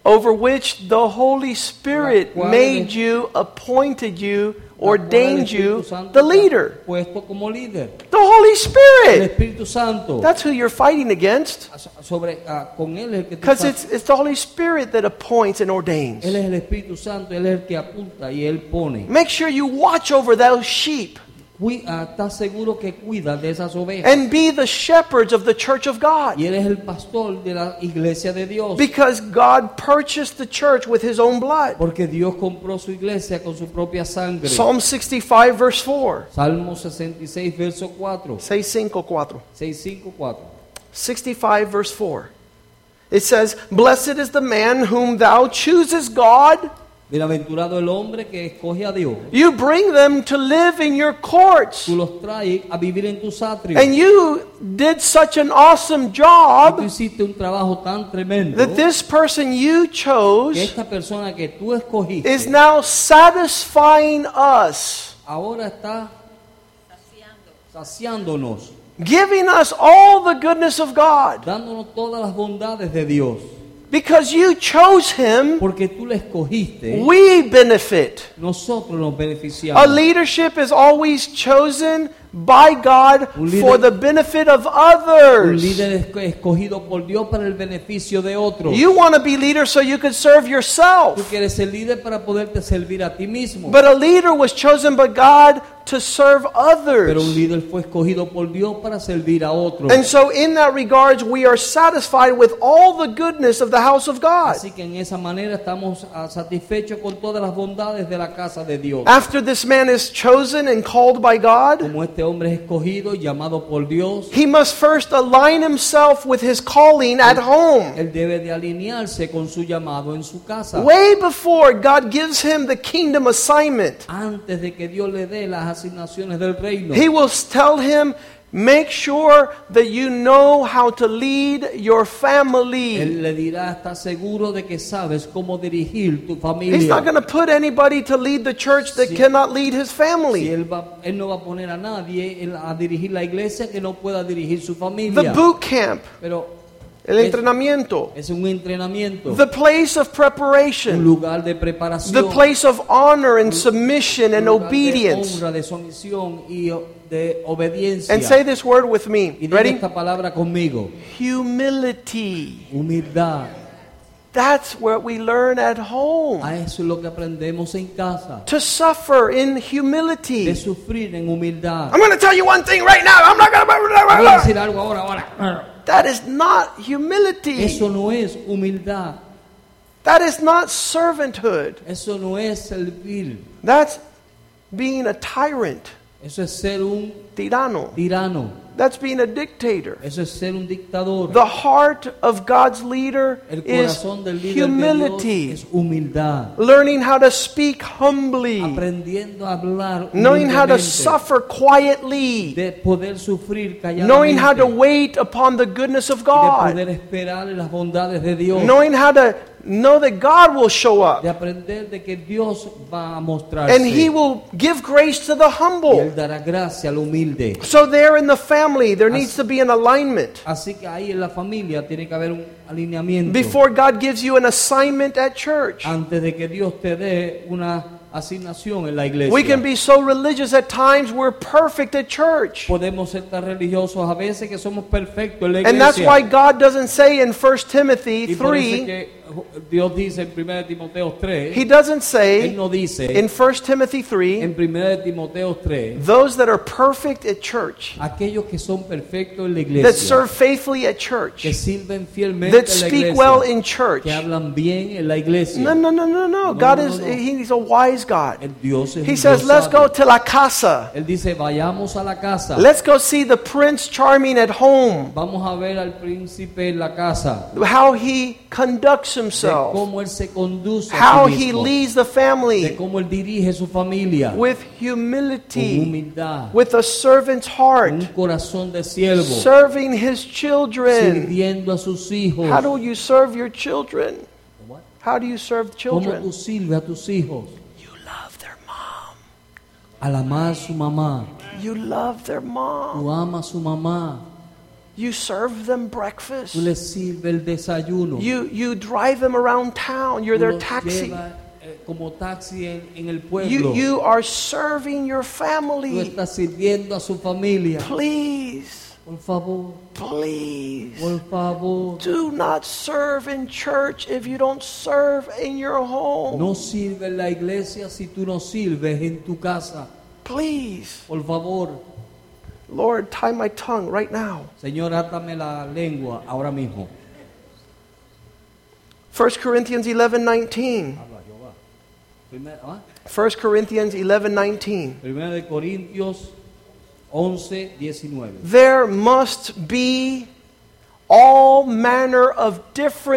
Speaker 1: over which the Holy Spirit
Speaker 2: La cual
Speaker 1: made
Speaker 2: es-
Speaker 1: you, appointed you,
Speaker 2: la cual el
Speaker 1: ordained
Speaker 2: Espíritu
Speaker 1: you,
Speaker 2: Santo
Speaker 1: the
Speaker 2: te ha
Speaker 1: leader.
Speaker 2: Puesto como líder.
Speaker 1: The Holy
Speaker 2: El
Speaker 1: Spirit.
Speaker 2: Espíritu Santo.
Speaker 1: That's who you're fighting against.
Speaker 2: So- Sobre, ah, con él es el que tú
Speaker 1: Because
Speaker 2: estás-
Speaker 1: it's, it's the Holy Spirit that appoints and ordains.
Speaker 2: Él es el Espíritu Santo, él es el que apunta y él pone.
Speaker 1: Make sure you watch over those sheep.
Speaker 2: Cui- ah, está seguro que cuida de esas ovejas.
Speaker 1: and be the shepherds of the church of God.
Speaker 2: y él es el pastor de la iglesia de Dios.
Speaker 1: Because God purchased the church with his own blood.
Speaker 2: Porque Dios compró su iglesia con su propia sangre.
Speaker 1: Psalm 65, verse 4.
Speaker 2: Salmo 66, verso 4.
Speaker 1: Seis, cinco, cuatro.
Speaker 2: 6, 5, 4.
Speaker 1: 65, verse 4. It says, Blessed is the man whom thou choosest, God.
Speaker 2: Bienaventurado el hombre que escoge a Dios.
Speaker 1: You bring them to live in your courts.
Speaker 2: Tú los traes a vivir en tus atrios.
Speaker 1: And you did such an awesome
Speaker 2: Y Tú
Speaker 1: job
Speaker 2: hiciste un trabajo tan tremendo
Speaker 1: that this person you
Speaker 2: que
Speaker 1: chose
Speaker 2: esta persona que tú escogiste
Speaker 1: is now satisfying us,
Speaker 2: ahora está saciándonos,
Speaker 1: giving us all the goodness of God.
Speaker 2: dándonos todas las bondades de Dios.
Speaker 1: Because you chose him,
Speaker 2: Porque tú le escogiste,
Speaker 1: we benefit.
Speaker 2: nosotros nos beneficiamos.
Speaker 1: A leadership is always chosen by God
Speaker 2: Un líder-
Speaker 1: for the benefit of
Speaker 2: Un
Speaker 1: others.
Speaker 2: líder esco- escogido por Dios para el beneficio de otros.
Speaker 1: You want to be leader so you can serve
Speaker 2: Tú
Speaker 1: yourself.
Speaker 2: quieres ser líder para poderte servir a ti mismo.
Speaker 1: But a leader was chosen by God to serve
Speaker 2: Pero un
Speaker 1: others.
Speaker 2: líder fue escogido por Dios para servir a otros.
Speaker 1: And so in that regards we are satisfied with all the goodness of the house of God.
Speaker 2: Así que en esa manera estamos ah, satisfechos con todas las bondades de la casa de Dios.
Speaker 1: After this man is chosen and called by God,
Speaker 2: Como este hombre es escogido y llamado por Dios,
Speaker 1: he must first align himself with his calling at home.
Speaker 2: él debe de alinearse con su llamado en su casa.
Speaker 1: Way before God gives him the kingdom assignment.
Speaker 2: Antes de que Dios le dé las asignaciones del reino,
Speaker 1: He will tell him, make sure that you know how to lead your family.
Speaker 2: él le dirá, estás seguro de que sabes cómo dirigir tu
Speaker 1: He's not
Speaker 2: familia.
Speaker 1: going to put anybody to lead the church that
Speaker 2: Sí.
Speaker 1: cannot lead his
Speaker 2: Si
Speaker 1: family.
Speaker 2: él, va- él no va a poner a nadie él a dirigir la iglesia que no pueda dirigir su
Speaker 1: The
Speaker 2: familia.
Speaker 1: boot camp,
Speaker 2: Pero
Speaker 1: el
Speaker 2: es,
Speaker 1: entrenamiento,
Speaker 2: es un entrenamiento,
Speaker 1: the place of
Speaker 2: un
Speaker 1: preparation,
Speaker 2: lugar de
Speaker 1: the
Speaker 2: preparación.
Speaker 1: place of honor and submission and
Speaker 2: lugar De
Speaker 1: obedience.
Speaker 2: honra, de sumisión y o- de obediencia.
Speaker 1: And say this word with
Speaker 2: y
Speaker 1: me.
Speaker 2: diga
Speaker 1: Ready?
Speaker 2: esta palabra conmigo.
Speaker 1: Humility.
Speaker 2: Humildad.
Speaker 1: That's what we learn at home.
Speaker 2: A eso es lo que aprendemos en casa.
Speaker 1: To suffer in humility.
Speaker 2: De sufrir en humildad.
Speaker 1: I'm going to tell you one thing right now. I'm not going
Speaker 2: Voy a
Speaker 1: to.
Speaker 2: decir algo ahora, ahora.
Speaker 1: That is not humility.
Speaker 2: Eso no es humildad.
Speaker 1: That is not servanthood.
Speaker 2: Eso no es servir.
Speaker 1: That's being a tyrant,
Speaker 2: Eso es ser un
Speaker 1: tirano.
Speaker 2: tirano.
Speaker 1: That's being a dictator.
Speaker 2: Eso es ser un dictador.
Speaker 1: The heart of God's leader
Speaker 2: El
Speaker 1: is
Speaker 2: corazón del líder de
Speaker 1: humility.
Speaker 2: Dios es humildad.
Speaker 1: Learning how to speak humbly.
Speaker 2: Aprendiendo a hablar
Speaker 1: Knowing how to
Speaker 2: humildemente.
Speaker 1: suffer quietly.
Speaker 2: de poder sufrir calladamente,
Speaker 1: Knowing how to wait upon the goodness of
Speaker 2: de
Speaker 1: God.
Speaker 2: poder esperar en las bondades de Dios,
Speaker 1: Knowing how to know that God will show up.
Speaker 2: de aprender de que Dios va a mostrarse
Speaker 1: And he will give grace to the
Speaker 2: y él
Speaker 1: humble.
Speaker 2: dará gracia al humilde.
Speaker 1: So there in the family, there needs to be an alignment.
Speaker 2: Así que ahí en la familia tiene que haber un alineamiento
Speaker 1: Before God gives you an assignment at church,
Speaker 2: antes de que Dios te dé una asignación en la iglesia.
Speaker 1: we can be so religious at times we're perfect at church.
Speaker 2: Podemos ser tan religiosos a veces que somos perfectos en la iglesia.
Speaker 1: And that's why God doesn't say in 1 Timothy
Speaker 2: y por eso es
Speaker 1: 3,
Speaker 2: que Dios dice en 1 Timoteo 3,
Speaker 1: he doesn't
Speaker 2: Él
Speaker 1: say
Speaker 2: no dice
Speaker 1: in 1 Timothy 3,
Speaker 2: en 1 Timoteo 3
Speaker 1: those that are perfect at church,
Speaker 2: aquellos que son perfectos en la
Speaker 1: that
Speaker 2: iglesia,
Speaker 1: serve faithfully at
Speaker 2: que
Speaker 1: church,
Speaker 2: sirven fielmente
Speaker 1: that
Speaker 2: en la
Speaker 1: speak
Speaker 2: iglesia,
Speaker 1: well in church.
Speaker 2: que hablan bien en la iglesia.
Speaker 1: No, no, no, no, no. God is, he's a wise God.
Speaker 2: El Dios es
Speaker 1: He
Speaker 2: un
Speaker 1: says,
Speaker 2: Dios
Speaker 1: let's go
Speaker 2: sabio".
Speaker 1: to la casa.
Speaker 2: Él dice, vayamos a la casa.
Speaker 1: Let's go see the Prince Charming at home.
Speaker 2: Vamos a ver al príncipe en la casa.
Speaker 1: How he conducts
Speaker 2: De
Speaker 1: himself.
Speaker 2: cómo él se conduce a sí
Speaker 1: How he
Speaker 2: mismo,
Speaker 1: leads the
Speaker 2: de
Speaker 1: family.
Speaker 2: cómo él dirige su familia
Speaker 1: With
Speaker 2: con
Speaker 1: humility.
Speaker 2: humildad,
Speaker 1: With a servant's
Speaker 2: con un
Speaker 1: heart.
Speaker 2: corazón de siervo,
Speaker 1: Serving his children.
Speaker 2: sirviendo a sus hijos.
Speaker 1: How do you serve your children? How do you serve
Speaker 2: ¿Cómo tú
Speaker 1: children?
Speaker 2: sirves a tus hijos?
Speaker 1: You love their mom.
Speaker 2: Al amar a su mamá,
Speaker 1: You love their mom.
Speaker 2: tú amas a su mamá,
Speaker 1: You serve them
Speaker 2: tú
Speaker 1: breakfast.
Speaker 2: le sirves el desayuno.
Speaker 1: You, you drive them around town. You're
Speaker 2: Tú
Speaker 1: their
Speaker 2: los
Speaker 1: taxi.
Speaker 2: llevas, eh, como taxi en, en el
Speaker 1: You,
Speaker 2: pueblo.
Speaker 1: you are serving your
Speaker 2: Tú
Speaker 1: family.
Speaker 2: estás sirviendo a su familia.
Speaker 1: Please,
Speaker 2: Por favor,
Speaker 1: please.
Speaker 2: por favor.
Speaker 1: Do not serve in church if you don't serve in your home.
Speaker 2: No sirve en la iglesia si tú no sirves en tu casa.
Speaker 1: Please,
Speaker 2: Por favor,
Speaker 1: Lord, tie my tongue right now.
Speaker 2: Señor, átame la lengua ahora mismo.
Speaker 1: 1 Corinthians 11 19.
Speaker 2: Habla, Jehová. Primero, ¿ah?
Speaker 1: 1 Corinthians 11 19.
Speaker 2: Primero de Corintios 11, 19.
Speaker 1: There must be all manner of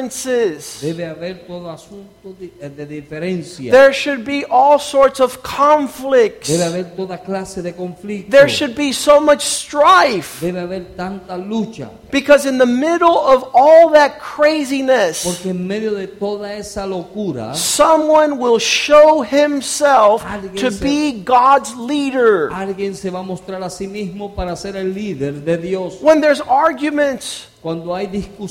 Speaker 1: differences.
Speaker 2: Debe haber todo asunto de, eh, de diferencia.
Speaker 1: There should be all sorts of conflicts.
Speaker 2: Debe haber toda clase de conflicto.
Speaker 1: There should be so much strife.
Speaker 2: Debe haber tanta lucha.
Speaker 1: Because in the middle of all that craziness,
Speaker 2: Porque en medio de toda esa locura,
Speaker 1: someone will show himself to be God's leader.
Speaker 2: alguien se va a mostrar a sí mismo para ser el líder de Dios.
Speaker 1: When there's arguments,
Speaker 2: Cuando hay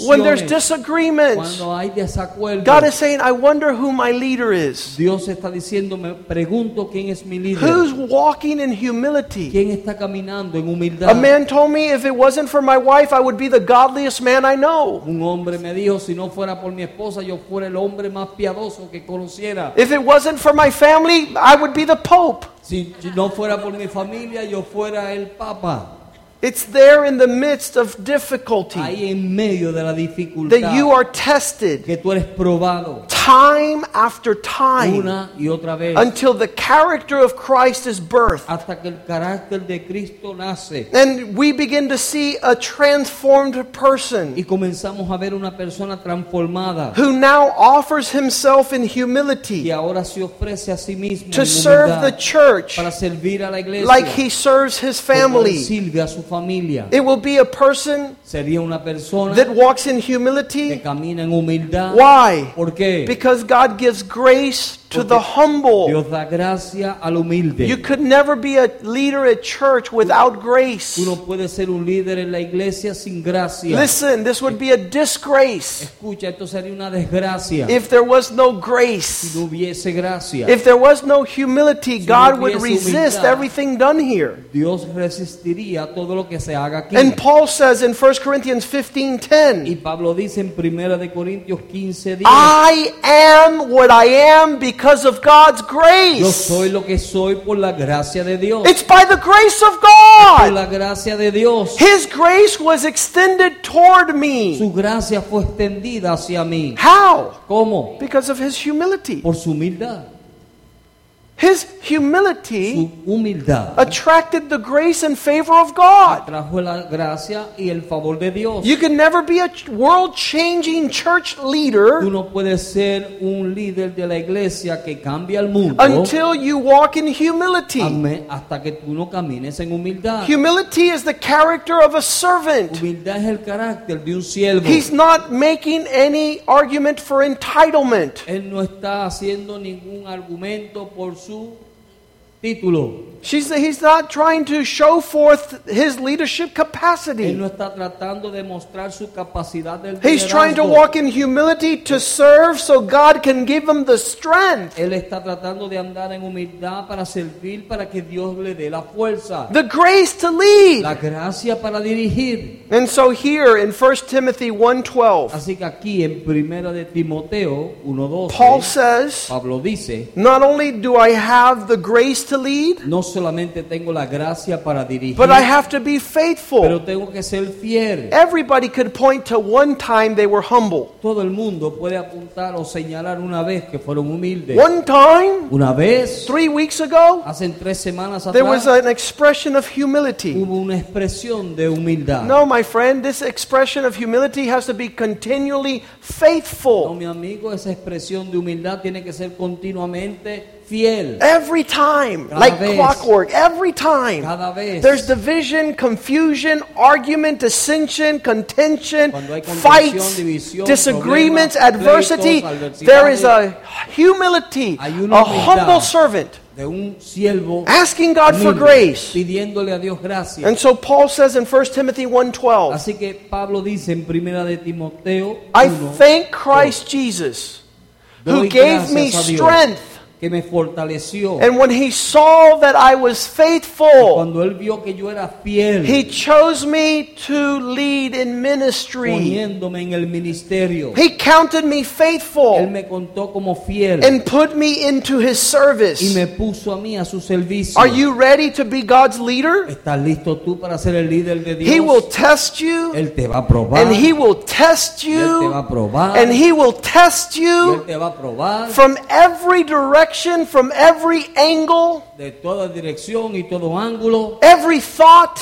Speaker 1: when there's
Speaker 2: discusiones,
Speaker 1: disagreements,
Speaker 2: cuando hay
Speaker 1: God is
Speaker 2: desacuerdos,
Speaker 1: saying, I wonder who my leader is.
Speaker 2: Dios está diciendo, me pregunto quién es mi líder.
Speaker 1: Who's walking in humility?
Speaker 2: ¿Quién está caminando en humildad?
Speaker 1: A man told me if it wasn't for my wife, I would be the godliest man I know.
Speaker 2: Un hombre me dijo, si no fuera por mi esposa, yo fuera el hombre más piadoso que conociera.
Speaker 1: If it wasn't for my family, I would be the Pope.
Speaker 2: Si si no fuera por mi familia, yo fuera el papa.
Speaker 1: It's there in the midst of difficulty
Speaker 2: Ahí en medio de la dificultad
Speaker 1: that you are tested.
Speaker 2: que tú eres probado
Speaker 1: time after time
Speaker 2: una y otra vez
Speaker 1: until the character of Christ is birthed.
Speaker 2: hasta que el carácter de Cristo nace
Speaker 1: And we begin to see a transformed
Speaker 2: y
Speaker 1: person
Speaker 2: comenzamos a ver una persona transformada
Speaker 1: who now offers himself in
Speaker 2: que
Speaker 1: humility
Speaker 2: ahora se ofrece a sí mismo
Speaker 1: to
Speaker 2: en
Speaker 1: serve the
Speaker 2: humildad
Speaker 1: church
Speaker 2: para servir a la iglesia
Speaker 1: like he serves his
Speaker 2: como él
Speaker 1: family.
Speaker 2: sirve a su familia.
Speaker 1: It will be a person
Speaker 2: Sería una persona
Speaker 1: that walks in
Speaker 2: que
Speaker 1: humility.
Speaker 2: camina en humildad.
Speaker 1: Why?
Speaker 2: ¿Por qué?
Speaker 1: Because God gives grace to the humble.
Speaker 2: Dios da gracia al humilde.
Speaker 1: You could never be a leader at church without
Speaker 2: Tú
Speaker 1: grace.
Speaker 2: no puedes ser un líder en la iglesia sin gracia.
Speaker 1: Listen, this would be a disgrace
Speaker 2: Escucha, esto sería una desgracia
Speaker 1: if there was no
Speaker 2: si
Speaker 1: grace.
Speaker 2: no hubiese gracia.
Speaker 1: If there was no humility, God would resist everything done here.
Speaker 2: Dios resistiría todo lo que se haga aquí.
Speaker 1: And Paul says in 1 Corinthians
Speaker 2: y
Speaker 1: 15:10,
Speaker 2: Pablo dice en 1 de Corintios 15 días,
Speaker 1: I am what I am because of God's
Speaker 2: yo
Speaker 1: grace.
Speaker 2: soy lo que soy por la gracia de Dios.
Speaker 1: It's by the grace of
Speaker 2: por
Speaker 1: God.
Speaker 2: la gracia de Dios.
Speaker 1: His grace was extended toward me.
Speaker 2: Su gracia fue extendida hacia mí.
Speaker 1: How?
Speaker 2: ¿Cómo?
Speaker 1: Because of his humility.
Speaker 2: Por su humildad.
Speaker 1: His
Speaker 2: Su
Speaker 1: humility
Speaker 2: humildad
Speaker 1: attracted the grace and favor of Oh, God.
Speaker 2: trajo la gracia y el favor de Dios.
Speaker 1: You can never be a world changing church
Speaker 2: Tú
Speaker 1: leader
Speaker 2: no puedes ser un líder de la iglesia que cambia el mundo
Speaker 1: until you walk in humility.
Speaker 2: amén, hasta que tú no camines en humildad.
Speaker 1: Humility is the character of a servant.
Speaker 2: Humildad es el carácter de un siervo.
Speaker 1: He's not making any argument for entitlement.
Speaker 2: Él no está haciendo ningún argumento por su título.
Speaker 1: She's, he's not trying to show forth his leadership
Speaker 2: Él no
Speaker 1: capacity.
Speaker 2: está tratando de mostrar su capacidad del
Speaker 1: He's trying to
Speaker 2: liderazgo.
Speaker 1: walk in humility to serve so God can give him the strength.
Speaker 2: Él está tratando de andar en humildad para servir, para que Dios le dé la fuerza,
Speaker 1: The grace to lead.
Speaker 2: la gracia para dirigir.
Speaker 1: And so here in 1 Timothy 1:12,
Speaker 2: Así que aquí en Primera de Timoteo
Speaker 1: Paul
Speaker 2: 1.12,
Speaker 1: says,
Speaker 2: Pablo dice,
Speaker 1: Not only do I have the grace to lead,
Speaker 2: no solamente tengo la gracia para dirigir,
Speaker 1: but I have to be faithful.
Speaker 2: pero tengo que ser fiel.
Speaker 1: Everybody could point to one time they were humble.
Speaker 2: Todo el mundo puede apuntar o señalar una vez que fueron humildes.
Speaker 1: One time,
Speaker 2: Una vez,
Speaker 1: three weeks ago,
Speaker 2: hace tres semanas
Speaker 1: there was
Speaker 2: atrás,
Speaker 1: an expression of humility.
Speaker 2: hubo una expresión de humildad.
Speaker 1: No, my friend, this expression of humility has to be continually
Speaker 2: No,
Speaker 1: faithful.
Speaker 2: mi amigo, esa expresión de humildad tiene que ser continuamente fiel.
Speaker 1: Every time,
Speaker 2: Cada
Speaker 1: like
Speaker 2: vez.
Speaker 1: clockwork, every time.
Speaker 2: Cada vez
Speaker 1: There's division, confusion, argument, dissension, contention,
Speaker 2: Cuando hay contención,
Speaker 1: fights,
Speaker 2: división,
Speaker 1: disagreements,
Speaker 2: problemas,
Speaker 1: adversity.
Speaker 2: pleitos,
Speaker 1: There is a
Speaker 2: adversidades.
Speaker 1: humility,
Speaker 2: Hay una
Speaker 1: a humble
Speaker 2: humildad.
Speaker 1: servant
Speaker 2: de un siervo
Speaker 1: asking God for
Speaker 2: humilde,
Speaker 1: grace.
Speaker 2: pidiéndole a Dios gracia.
Speaker 1: And so Paul says in 1 Timothy 1:12,
Speaker 2: Así que Pablo dice en primera de Timoteo
Speaker 1: I
Speaker 2: 1,
Speaker 1: thank Christ Jesus who
Speaker 2: Doy
Speaker 1: gave me
Speaker 2: gracias a Dios,
Speaker 1: strength
Speaker 2: que me fortaleció.
Speaker 1: And when he saw that I was faithful,
Speaker 2: Cuando él vio que yo era fiel,
Speaker 1: he chose me to lead in ministry.
Speaker 2: poniéndome en el ministerio,
Speaker 1: He counted me
Speaker 2: él
Speaker 1: faithful
Speaker 2: me contó como fiel
Speaker 1: and put me into his
Speaker 2: y
Speaker 1: service.
Speaker 2: me puso a mí a su servicio.
Speaker 1: Are you ready to be God's leader?
Speaker 2: ¿Estás listo tú para ser el líder de Dios?
Speaker 1: He will test you,
Speaker 2: él te va a probar.
Speaker 1: and he will test
Speaker 2: y él te va
Speaker 1: you,
Speaker 2: a probar.
Speaker 1: and he will test
Speaker 2: y él
Speaker 1: you
Speaker 2: te va a probar
Speaker 1: from every direction, from every angle,
Speaker 2: de toda dirección y todo ángulo,
Speaker 1: every thought,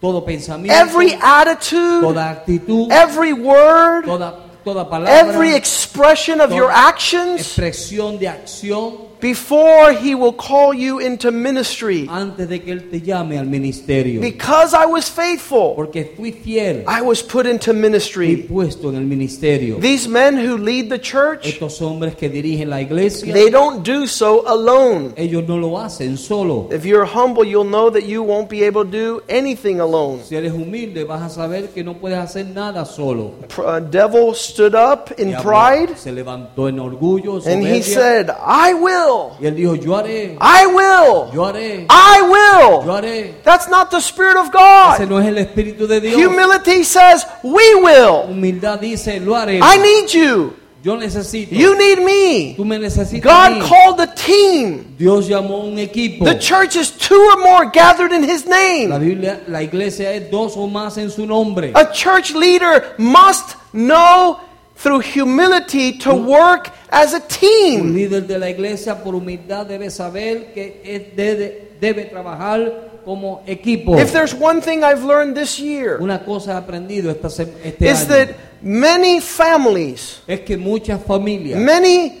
Speaker 2: todo pensamiento,
Speaker 1: every attitude,
Speaker 2: toda actitud,
Speaker 1: every word.
Speaker 2: toda, toda palabra,
Speaker 1: every expression of your actions
Speaker 2: expresión de acción
Speaker 1: before he will call you into ministry.
Speaker 2: antes de que él te llame al ministerio.
Speaker 1: Because I was faithful,
Speaker 2: Porque fui fiel
Speaker 1: I was put into
Speaker 2: y
Speaker 1: ministry.
Speaker 2: puesto en el ministerio.
Speaker 1: These men who lead the church,
Speaker 2: Estos hombres que dirigen la iglesia,
Speaker 1: they don't do so alone.
Speaker 2: ellos no lo hacen solo.
Speaker 1: If you're humble, you'll know that you won't be able to do anything alone.
Speaker 2: Si eres humilde, vas a saber que no puedes hacer nada solo.
Speaker 1: Pr- uh, devil stood up in
Speaker 2: Diablo
Speaker 1: pride
Speaker 2: se levantó en orgullo,
Speaker 1: and he
Speaker 2: soberbia,
Speaker 1: said, "I will.
Speaker 2: y él dijo, yo haré,
Speaker 1: I will.
Speaker 2: yo haré,
Speaker 1: I
Speaker 2: yo
Speaker 1: will."
Speaker 2: haré.
Speaker 1: That's not the spirit of
Speaker 2: Ese
Speaker 1: God.
Speaker 2: no es el Espíritu de Dios.
Speaker 1: Humility says, "We will."
Speaker 2: Humildad dice, lo haré.
Speaker 1: I need you.
Speaker 2: Yo necesito.
Speaker 1: You need me.
Speaker 2: Tú me necesitas. a mí.
Speaker 1: God called a team.
Speaker 2: Dios llamó un equipo.
Speaker 1: The church is two or more gathered in His
Speaker 2: La
Speaker 1: name.
Speaker 2: Biblia, la iglesia es dos o más en su nombre.
Speaker 1: A church leader must know through humility to work as a
Speaker 2: Un
Speaker 1: team.
Speaker 2: líder de la iglesia por humildad debe saber que es- debe, debe trabajar como equipo.
Speaker 1: If there's one thing I've learned this year,
Speaker 2: Una cosa he aprendido esta sem- este
Speaker 1: is
Speaker 2: año
Speaker 1: that many families,
Speaker 2: es que muchas familias,
Speaker 1: many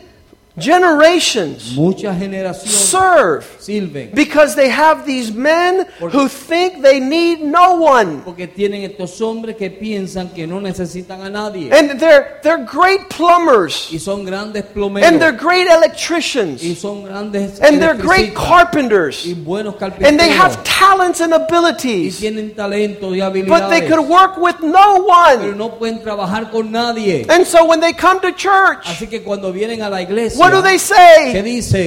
Speaker 1: generations
Speaker 2: muchas generaciones
Speaker 1: serve
Speaker 2: sirven
Speaker 1: because they have these men who think they need no one.
Speaker 2: porque tienen estos hombres que piensan que no necesitan a nadie
Speaker 1: And they're, they're great plumbers.
Speaker 2: y son grandes
Speaker 1: and they're
Speaker 2: plomeros
Speaker 1: great
Speaker 2: y
Speaker 1: electricians
Speaker 2: son grandes
Speaker 1: and they're great
Speaker 2: electricistas,
Speaker 1: carpenters
Speaker 2: y buenos carpinteros
Speaker 1: and they have talents and
Speaker 2: y
Speaker 1: abilities
Speaker 2: tienen talento y
Speaker 1: but they
Speaker 2: habilidades
Speaker 1: could work with no
Speaker 2: pero
Speaker 1: one
Speaker 2: no pueden trabajar con nadie
Speaker 1: and so when they come to church
Speaker 2: así que cuando vienen a la iglesia
Speaker 1: what do they
Speaker 2: ¿qué
Speaker 1: say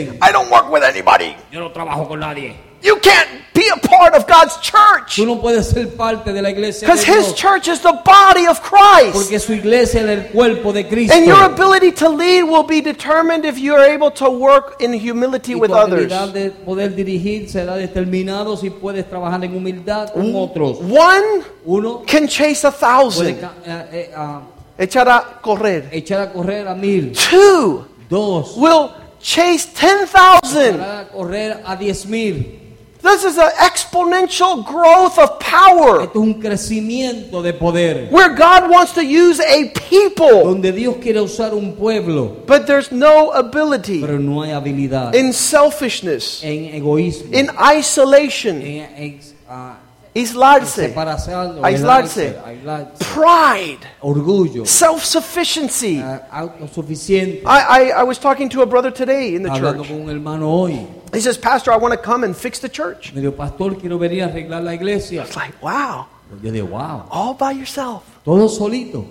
Speaker 2: dicen?
Speaker 1: i don't work with anybody
Speaker 2: yo no trabajo con nadie
Speaker 1: you can't be a part of god's church
Speaker 2: tú no puedes ser parte de la iglesia de
Speaker 1: because his
Speaker 2: Dios,
Speaker 1: church is the body of christ
Speaker 2: porque su iglesia es el cuerpo de Cristo
Speaker 1: and your ability to lead will be determined if you're able to work in humility
Speaker 2: y
Speaker 1: with
Speaker 2: tu
Speaker 1: others
Speaker 2: habilidad de poder dirigir será determinado si puedes trabajar en humildad con otros
Speaker 1: one
Speaker 2: uno
Speaker 1: can chase a
Speaker 2: puede
Speaker 1: thousand
Speaker 2: ca- eh, eh, ah,
Speaker 1: echar a correr
Speaker 2: echar a correr a mil
Speaker 1: two
Speaker 2: dos
Speaker 1: will chase 10,000.
Speaker 2: echar a correr a diez mil
Speaker 1: This is an exponential growth of power
Speaker 2: esto es un crecimiento de poder
Speaker 1: where God wants to use a people,
Speaker 2: donde Dios quiere usar un pueblo
Speaker 1: but there's no ability
Speaker 2: pero no hay habilidad
Speaker 1: in selfishness,
Speaker 2: en egoísmo
Speaker 1: in isolation,
Speaker 2: en, en, ah,
Speaker 1: aislarse,
Speaker 2: separación
Speaker 1: aislarse,
Speaker 2: aislarse,
Speaker 1: pride,
Speaker 2: orgullo
Speaker 1: self sufficiency. I,
Speaker 2: ah, autosuficiente
Speaker 1: I, I was talking to a brother today in the
Speaker 2: hablando
Speaker 1: Ah, church.
Speaker 2: con un hermano hoy
Speaker 1: He says, Pastor, I want to come and fix the church.
Speaker 2: me dijo pastor quiero venir a arreglar la iglesia
Speaker 1: It's like, wow,
Speaker 2: yo digo wow
Speaker 1: all by yourself.
Speaker 2: todo solito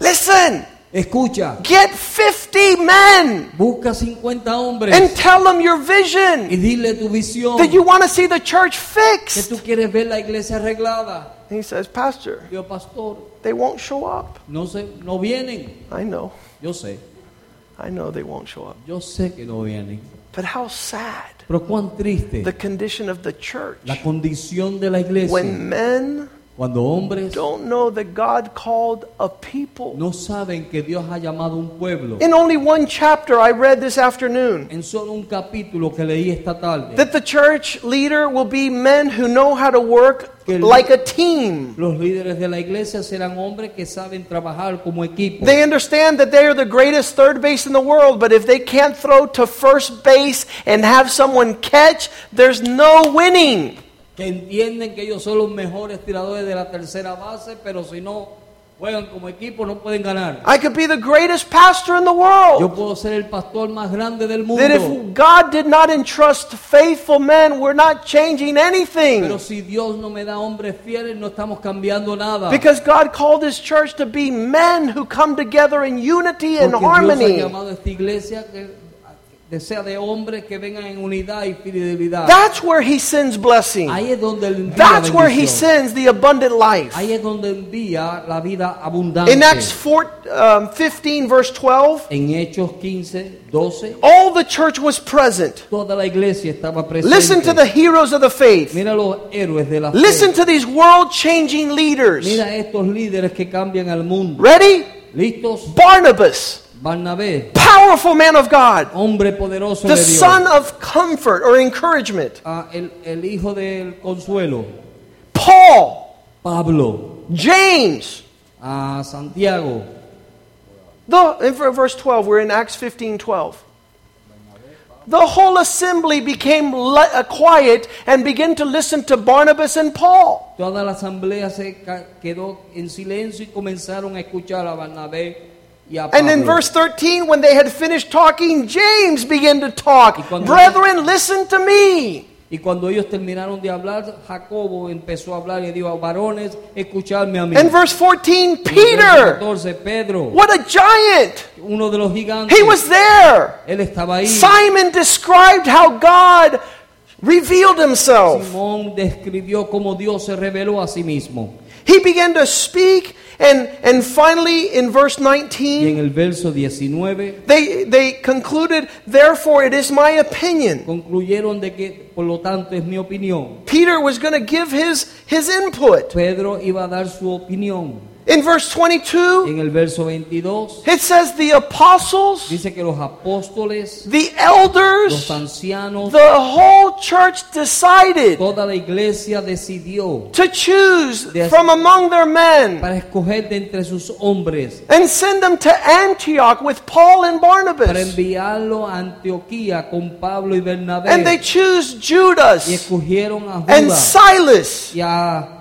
Speaker 1: Listen,
Speaker 2: escucha
Speaker 1: get 50 men.
Speaker 2: busca 50 hombres
Speaker 1: and tell them your
Speaker 2: y
Speaker 1: vision
Speaker 2: dile tu visión
Speaker 1: that you want to see the church
Speaker 2: que tú
Speaker 1: fixed.
Speaker 2: quieres ver la iglesia arreglada
Speaker 1: He says, Pastor,
Speaker 2: yo pastor
Speaker 1: they won't show up.
Speaker 2: no sé no vienen
Speaker 1: I know,
Speaker 2: yo sé
Speaker 1: I know they won't show up.
Speaker 2: yo sé que no vienen
Speaker 1: But how sad
Speaker 2: pero cuán triste
Speaker 1: the condition of the church
Speaker 2: la condición de la iglesia
Speaker 1: when men
Speaker 2: cuando hombres
Speaker 1: don't know that God called a people.
Speaker 2: no saben que Dios ha llamado un pueblo
Speaker 1: In only one chapter I read this afternoon
Speaker 2: en solo un capítulo que leí esta tarde
Speaker 1: that the church leader will be men who know how to work
Speaker 2: Que el-
Speaker 1: like a team.
Speaker 2: Los líderes de la iglesia serán hombres que saben trabajar como equipo.
Speaker 1: They understand that they are the greatest third base in the world, but if they can't throw to first base and have someone catch, there's no winning.
Speaker 2: que entienden que ellos son los mejores tiradores de la tercera base, pero si no juegan como equipo no pueden ganar.
Speaker 1: I could be the greatest pastor in the
Speaker 2: Yo
Speaker 1: world.
Speaker 2: puedo ser el pastor más grande del
Speaker 1: That
Speaker 2: mundo,
Speaker 1: if God did not entrust faithful men, we're not changing
Speaker 2: pero
Speaker 1: anything.
Speaker 2: si Dios no me da hombres fieles no estamos cambiando nada.
Speaker 1: Because God called His church to be men who come together in unity and
Speaker 2: Porque Dios ha
Speaker 1: harmony.
Speaker 2: llamado a esta iglesia que, desea de hombres que vengan en unidad y fidelidad.
Speaker 1: That's where he sends blessing.
Speaker 2: Ahí es donde él envía
Speaker 1: That's where he
Speaker 2: bendición.
Speaker 1: sends the abundant life.
Speaker 2: Ahí es donde envía la vida abundante.
Speaker 1: In Acts 4, um, 15, verse 12,
Speaker 2: En Hechos 15, 12,
Speaker 1: all the church was present.
Speaker 2: toda la iglesia estaba presente.
Speaker 1: Listen to the heroes of the faith.
Speaker 2: Mira los héroes de la fe.
Speaker 1: Listen to these world changing leaders.
Speaker 2: Mira estos líderes que cambian al mundo.
Speaker 1: Ready?
Speaker 2: ¿Listos?
Speaker 1: Barnabas,
Speaker 2: Barnabé,
Speaker 1: powerful man of God,
Speaker 2: hombre poderoso
Speaker 1: the
Speaker 2: de Dios.
Speaker 1: son of comfort or encouragement.
Speaker 2: Ah, el, el hijo del consuelo.
Speaker 1: Paul,
Speaker 2: Pablo.
Speaker 1: James,
Speaker 2: A Santiago.
Speaker 1: The, in ver- verse 12, we're in Acts 15 12. The whole assembly became li- uh, quiet and began to listen to Barnabas and Paul.
Speaker 2: Toda la asamblea se ca- quedó en silencio y comenzaron a escuchar a Barnabé y a Pablo.
Speaker 1: And in verse 13, when they had finished talking, James began to talk.
Speaker 2: cuando-
Speaker 1: Brethren, listen to me.
Speaker 2: Y cuando ellos terminaron de hablar, Jacobo empezó a hablar y dijo, varones, escuchadme a mí.
Speaker 1: And verse 14,
Speaker 2: Y en el verso
Speaker 1: Peter,
Speaker 2: 14, Pedro,
Speaker 1: what a giant!
Speaker 2: uno de los gigantes,
Speaker 1: He was there.
Speaker 2: él estaba ahí.
Speaker 1: Simon described how God revealed himself.
Speaker 2: Simón describió cómo Dios se reveló a sí mismo.
Speaker 1: He began to speak, and, and finally, in verse
Speaker 2: Y
Speaker 1: 19,
Speaker 2: en el verso 19
Speaker 1: They, they concluded, therefore, it is my opinion.
Speaker 2: concluyeron de que, por lo tanto, es mi opinión.
Speaker 1: Peter was going to give his, his input.
Speaker 2: Pedro iba a dar su opinión.
Speaker 1: In verse 22,
Speaker 2: En el verso 22
Speaker 1: it says, the apostles,
Speaker 2: dice que los apóstoles,
Speaker 1: the
Speaker 2: los
Speaker 1: elders,
Speaker 2: ancianos,
Speaker 1: the whole church decided
Speaker 2: toda la iglesia decidió
Speaker 1: to choose
Speaker 2: Yes.
Speaker 1: from among their men
Speaker 2: para escoger de entre sus hombres
Speaker 1: and send them to Antioch with Paul and
Speaker 2: para
Speaker 1: Barnabas.
Speaker 2: enviarlo a Antioquía con Pablo y Bernabé.
Speaker 1: And they choose
Speaker 2: y
Speaker 1: Judas
Speaker 2: escogieron a
Speaker 1: and
Speaker 2: Judas
Speaker 1: Silas.
Speaker 2: y a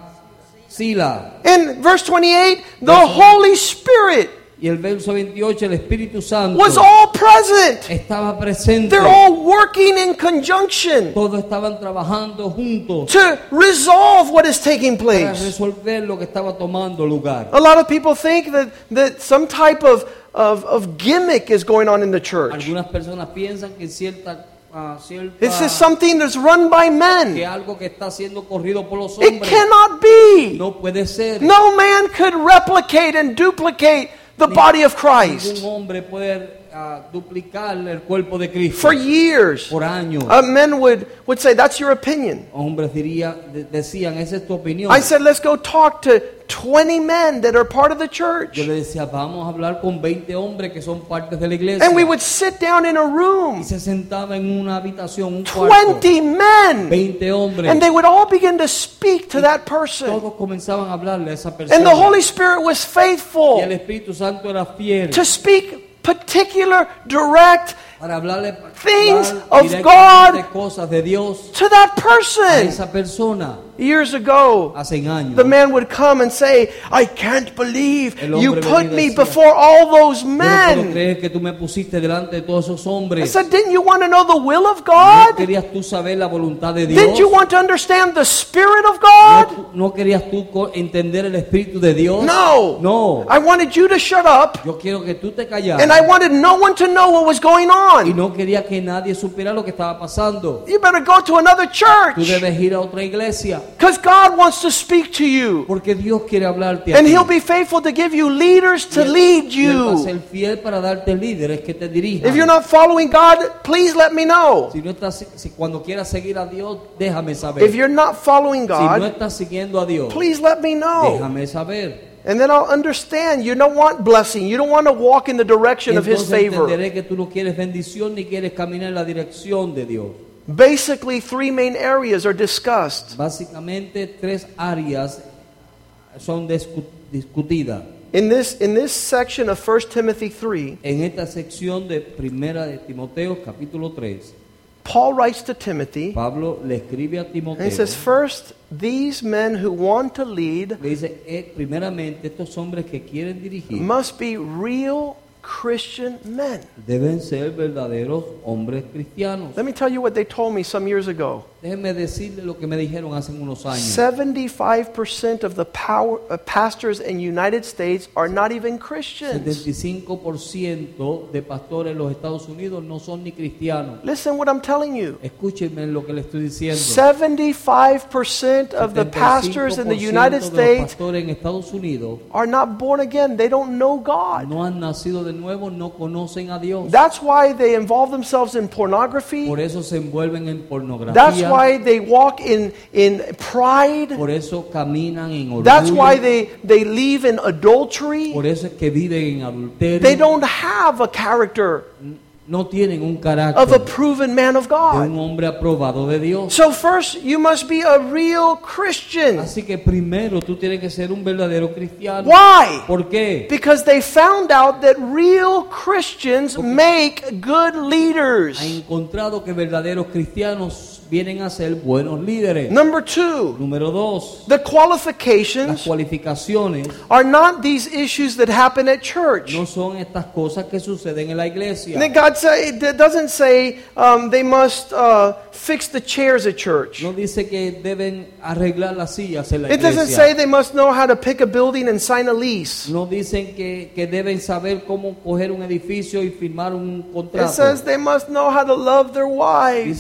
Speaker 2: Sila.
Speaker 1: In verse 28, the Holy Spirit
Speaker 2: Y el verso 28, el Espíritu Santo
Speaker 1: was all present.
Speaker 2: estaba presente.
Speaker 1: They're all working in conjunction
Speaker 2: Todos estaban trabajando juntos
Speaker 1: to resolve what is taking
Speaker 2: para
Speaker 1: place.
Speaker 2: resolver lo que estaba tomando lugar.
Speaker 1: A lot of people think that, that some type of, of, of gimmick is going on in the church.
Speaker 2: Algunas personas piensan que cierta, ah, cierta
Speaker 1: This is something that's run by
Speaker 2: que
Speaker 1: men.
Speaker 2: algo que está siendo corrido por los
Speaker 1: It
Speaker 2: hombres
Speaker 1: cannot be.
Speaker 2: no puede ser.
Speaker 1: No man could replicate and duplicate the body of Christ.
Speaker 2: Ningún hombre puede ah, duplicar el cuerpo de Cristo
Speaker 1: For years,
Speaker 2: por años.
Speaker 1: uh, men would, would say, That's your opinion.
Speaker 2: hombres diría, de- decían, esa es tu opinión.
Speaker 1: I said, Let's go talk to 20 men that are part of the church.
Speaker 2: Yo le decía, vamos a hablar con 20 hombres que son partes de la iglesia.
Speaker 1: And we would sit down in a
Speaker 2: y
Speaker 1: room,
Speaker 2: se sentaba en una habitación, un cuarto,
Speaker 1: 20 men.
Speaker 2: 20 hombres.
Speaker 1: And they would all begin to speak to that person.
Speaker 2: todos comenzaban a hablarle a esa persona.
Speaker 1: And the Holy Spirit was
Speaker 2: y el
Speaker 1: faithful
Speaker 2: Espíritu Santo era fiel
Speaker 1: to speak particular, direct
Speaker 2: para hablarle para
Speaker 1: things
Speaker 2: hablar
Speaker 1: of
Speaker 2: directamente
Speaker 1: God
Speaker 2: cosas de Dios
Speaker 1: to that
Speaker 2: a
Speaker 1: person.
Speaker 2: esa persona
Speaker 1: Years ago,
Speaker 2: hace años.
Speaker 1: the man would come and say, I can't believe
Speaker 2: El hombre
Speaker 1: you put
Speaker 2: venía y
Speaker 1: me
Speaker 2: decía,
Speaker 1: before all those
Speaker 2: Yo no puedo
Speaker 1: men.
Speaker 2: creer que tú me pusiste delante de todos esos
Speaker 1: I
Speaker 2: hombres.
Speaker 1: said, Didn't you want to know the will of
Speaker 2: ¿No
Speaker 1: God?
Speaker 2: querías tú saber la voluntad de Dios?
Speaker 1: Didn't you want to understand the Spirit of
Speaker 2: ¿No,
Speaker 1: God?
Speaker 2: tú- no querías tú co- entender el Espíritu de Dios?
Speaker 1: No.
Speaker 2: No.
Speaker 1: I wanted you to shut up,
Speaker 2: Yo quiero que tú te callas.
Speaker 1: and I wanted no one to know what was going on.
Speaker 2: y no quería que nadie supiera lo que estaba pasando.
Speaker 1: You better go to another
Speaker 2: Tú
Speaker 1: church
Speaker 2: debes ir a otra iglesia
Speaker 1: because God wants to speak to you.
Speaker 2: porque Dios quiere hablarte. a
Speaker 1: And
Speaker 2: ti.
Speaker 1: He'll be faithful to give you leaders to lead
Speaker 2: Y Él va a ser
Speaker 1: you.
Speaker 2: fiel para darte líderes que te dirijan.
Speaker 1: If you're not following God, please let me know.
Speaker 2: si no estás, si cuando quieras seguir a Dios, déjame saber.
Speaker 1: If you're not following
Speaker 2: si no
Speaker 1: God,
Speaker 2: estás siguiendo a Dios,
Speaker 1: please let me know.
Speaker 2: déjame saber.
Speaker 1: And then I'll understand you don't want blessing. You don't want to walk in the direction of His
Speaker 2: Entonces
Speaker 1: favor.
Speaker 2: entenderé que tú no quieres bendición ni quieres caminar en la dirección de Dios.
Speaker 1: Basically, three main areas are discussed
Speaker 2: Básicamente tres áreas son discu- discutidas
Speaker 1: in this, in this section of 1 Timothy 3.
Speaker 2: en esta sección de Primera de Timoteo capítulo 3.
Speaker 1: Paul writes to Timothy
Speaker 2: Pablo le escribe a
Speaker 1: and
Speaker 2: Timoteo.
Speaker 1: he says, First, these men who want to lead
Speaker 2: le dice, eh, primeramente, estos hombres que quieren dirigir
Speaker 1: must be real Christian men.
Speaker 2: deben ser verdaderos hombres cristianos.
Speaker 1: Let me tell you what they told me some years ago.
Speaker 2: Déjenme decirle lo que me dijeron hace unos años.
Speaker 1: 75% of the power, uh, pastors in United States are not even Christians.
Speaker 2: 75% de pastores en los Estados Unidos no son ni cristianos.
Speaker 1: Listen what I'm telling you.
Speaker 2: Escúchenme lo que le estoy diciendo.
Speaker 1: 75% of the pastors in the
Speaker 2: 75%
Speaker 1: United
Speaker 2: de los
Speaker 1: States
Speaker 2: pastores en Estados Unidos
Speaker 1: are not born again. They don't know God.
Speaker 2: no han nacido de nuevo, no conocen a Dios.
Speaker 1: That's why they involve themselves in pornography.
Speaker 2: Por eso se envuelven en pornografía.
Speaker 1: That's why they walk in, in pride.
Speaker 2: Por eso caminan en orgullo.
Speaker 1: That's why they, they live in adultery.
Speaker 2: Por eso es que viven en adulterio.
Speaker 1: They don't have a character
Speaker 2: no tienen un
Speaker 1: of a
Speaker 2: carácter
Speaker 1: proven man of
Speaker 2: de
Speaker 1: God.
Speaker 2: un hombre aprobado de Dios.
Speaker 1: So, first, you must be a real Christian.
Speaker 2: Así que primero tú tienes que ser un verdadero cristiano.
Speaker 1: Why?
Speaker 2: ¿Por qué?
Speaker 1: Because they found out that real Christians make good
Speaker 2: Ha
Speaker 1: leaders.
Speaker 2: encontrado que verdaderos cristianos vienen a ser buenos líderes.
Speaker 1: Number two,
Speaker 2: Número dos,
Speaker 1: the
Speaker 2: las
Speaker 1: qualifications
Speaker 2: cualificaciones
Speaker 1: are not these issues that happen at church.
Speaker 2: no son estas cosas que suceden en la iglesia.
Speaker 1: And then God say, it doesn't say um, they must uh, fix the chairs at church.
Speaker 2: No dice que deben arreglar las sillas en la
Speaker 1: It doesn't say
Speaker 2: iglesia.
Speaker 1: they must know how to pick a building and sign a lease.
Speaker 2: No dicen que, que deben saber cómo coger un edificio y firmar un
Speaker 1: It says
Speaker 2: contrato.
Speaker 1: they must know how to love their
Speaker 2: Dicen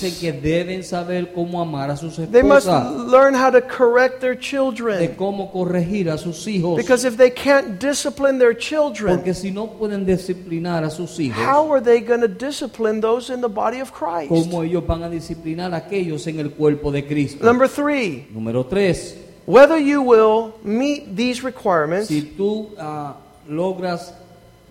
Speaker 1: wives.
Speaker 2: que deben saber cómo amar a sus
Speaker 1: They must
Speaker 2: esposas,
Speaker 1: learn how to correct their
Speaker 2: de
Speaker 1: children.
Speaker 2: cómo corregir a sus hijos.
Speaker 1: Because if they can't discipline their children,
Speaker 2: Porque si no pueden disciplinar a sus hijos,
Speaker 1: How are they going to discipline those in the body of Christ?
Speaker 2: ¿cómo ellos van a disciplinar a aquellos en el cuerpo de Cristo?
Speaker 1: Number three,
Speaker 2: Número tres,
Speaker 1: whether you will meet these requirements,
Speaker 2: si tú ah, logras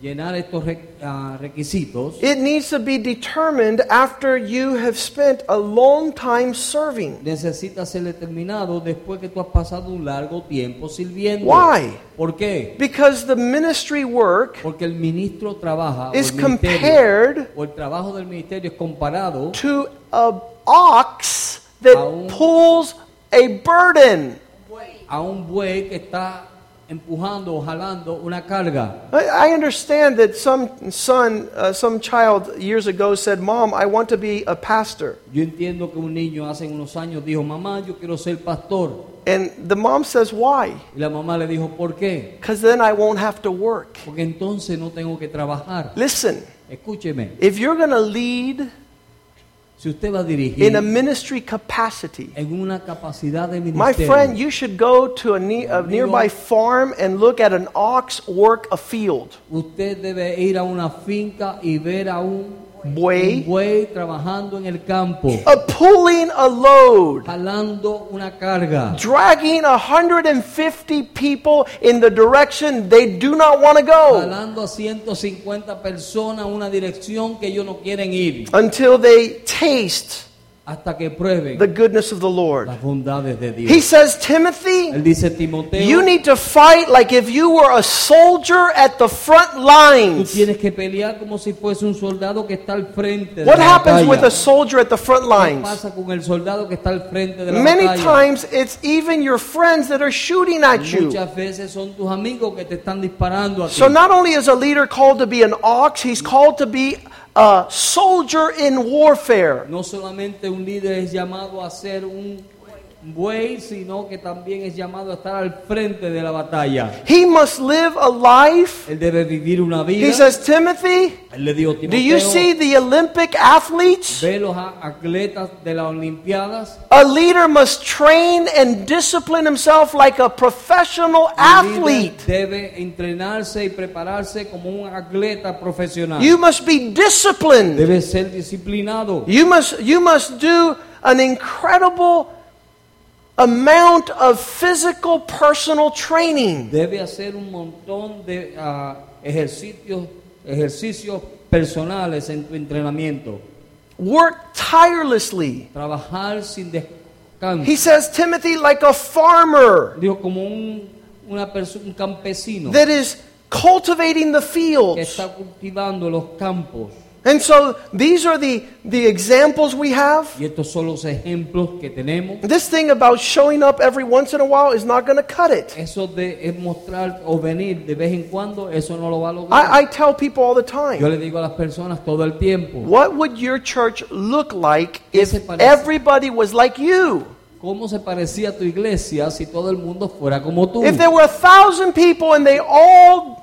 Speaker 2: llenar estos re- ah, requisitos,
Speaker 1: it needs to be determined after you have spent a long time serving.
Speaker 2: necesita ser determinado después que tú has pasado un largo tiempo sirviendo.
Speaker 1: Why?
Speaker 2: ¿Por qué?
Speaker 1: Because the ministry work
Speaker 2: Porque el ministro trabaja o el,
Speaker 1: is
Speaker 2: ministerio,
Speaker 1: compared
Speaker 2: o el trabajo del ministerio es comparado
Speaker 1: to an ox that pulls a burden.
Speaker 2: a un buey que está empujando o jalando una carga.
Speaker 1: I I understand that some son, uh, some child years ago said, Mom, I want to be a pastor.
Speaker 2: Yo entiendo que un niño hace unos años dijo, mamá, yo quiero ser pastor.
Speaker 1: And the mom says, Why?
Speaker 2: Y la mamá le dijo, ¿por qué?
Speaker 1: Because then I won't have to work.
Speaker 2: Porque entonces no tengo que trabajar.
Speaker 1: Listen,
Speaker 2: Escúcheme,
Speaker 1: if you're going to lead
Speaker 2: si usted va a
Speaker 1: in
Speaker 2: dirigir
Speaker 1: a ministry capacity,
Speaker 2: en una capacidad de
Speaker 1: my
Speaker 2: ministerio,
Speaker 1: friend, you should go to a, ne- a nearby farm and look at an ox work a field.
Speaker 2: Usted debe ir a una finca y ver a un un
Speaker 1: Buey, Oh.
Speaker 2: buey trabajando en el campo,
Speaker 1: a pulling a load,
Speaker 2: jalando una carga,
Speaker 1: dragging 150 people in the direction they do not want to go
Speaker 2: jalando a 150 personas en una dirección que ellos no quieren ir,
Speaker 1: until they taste
Speaker 2: hasta que prueben
Speaker 1: the goodness of the Lord.
Speaker 2: las bondades de Dios.
Speaker 1: He says, Timothy,
Speaker 2: Él dice, Timoteo,
Speaker 1: You need to fight like if you were a soldier at the front
Speaker 2: tú
Speaker 1: lines.
Speaker 2: tienes que pelear como si fuese un soldado que está al frente de
Speaker 1: What
Speaker 2: la
Speaker 1: happens
Speaker 2: batalla.
Speaker 1: with a soldier at the front
Speaker 2: ¿Qué
Speaker 1: lines?
Speaker 2: pasa con el soldado que está al frente de la
Speaker 1: Many
Speaker 2: batalla?
Speaker 1: times it's even your friends that are shooting at you.
Speaker 2: Muchas veces son tus amigos que te están disparando a ti.
Speaker 1: So not only is a leader called to be an ox, he's called to be a soldier in warfare.
Speaker 2: No solamente un líder es llamado a ser un buey, sino que también es llamado a estar al frente de la batalla.
Speaker 1: He must live a life.
Speaker 2: Él debe vivir una vida.
Speaker 1: He says, Timothy,
Speaker 2: Él le dijo,
Speaker 1: do you
Speaker 2: "Timoteo,
Speaker 1: see the Olympic athletes?
Speaker 2: ve los a- atletas de las Olimpiadas.
Speaker 1: A leader must train and discipline himself like a professional
Speaker 2: El líder
Speaker 1: athlete.
Speaker 2: Debe entrenarse y prepararse como un atleta profesional.
Speaker 1: You must be disciplined.
Speaker 2: debe ser disciplinado.
Speaker 1: You must, you must do an incredible amount of physical personal training.
Speaker 2: debe hacer un montón de ah, ejercicios, ejercicios personales en tu entrenamiento.
Speaker 1: Work tirelessly.
Speaker 2: Trabajar sin descanso.
Speaker 1: He says, Timothy, like a farmer
Speaker 2: Digo, como un, una perso- un campesino
Speaker 1: that is cultivating the
Speaker 2: que
Speaker 1: fields.
Speaker 2: está cultivando los campos.
Speaker 1: And so these are the, the examples we have.
Speaker 2: Y estos son los ejemplos que tenemos.
Speaker 1: This thing about showing up every once in a while is not going to cut it.
Speaker 2: Eso de es mostrar o venir de vez en cuando, eso no lo va a lograr.
Speaker 1: I, I tell people all the
Speaker 2: Yo
Speaker 1: time
Speaker 2: le digo a las personas todo el tiempo,
Speaker 1: what would your church look like
Speaker 2: ¿Qué
Speaker 1: if
Speaker 2: se parece?
Speaker 1: everybody was like you?
Speaker 2: ¿cómo se parecía tu iglesia si todo el mundo fuera como tú?
Speaker 1: If there were a thousand people and they all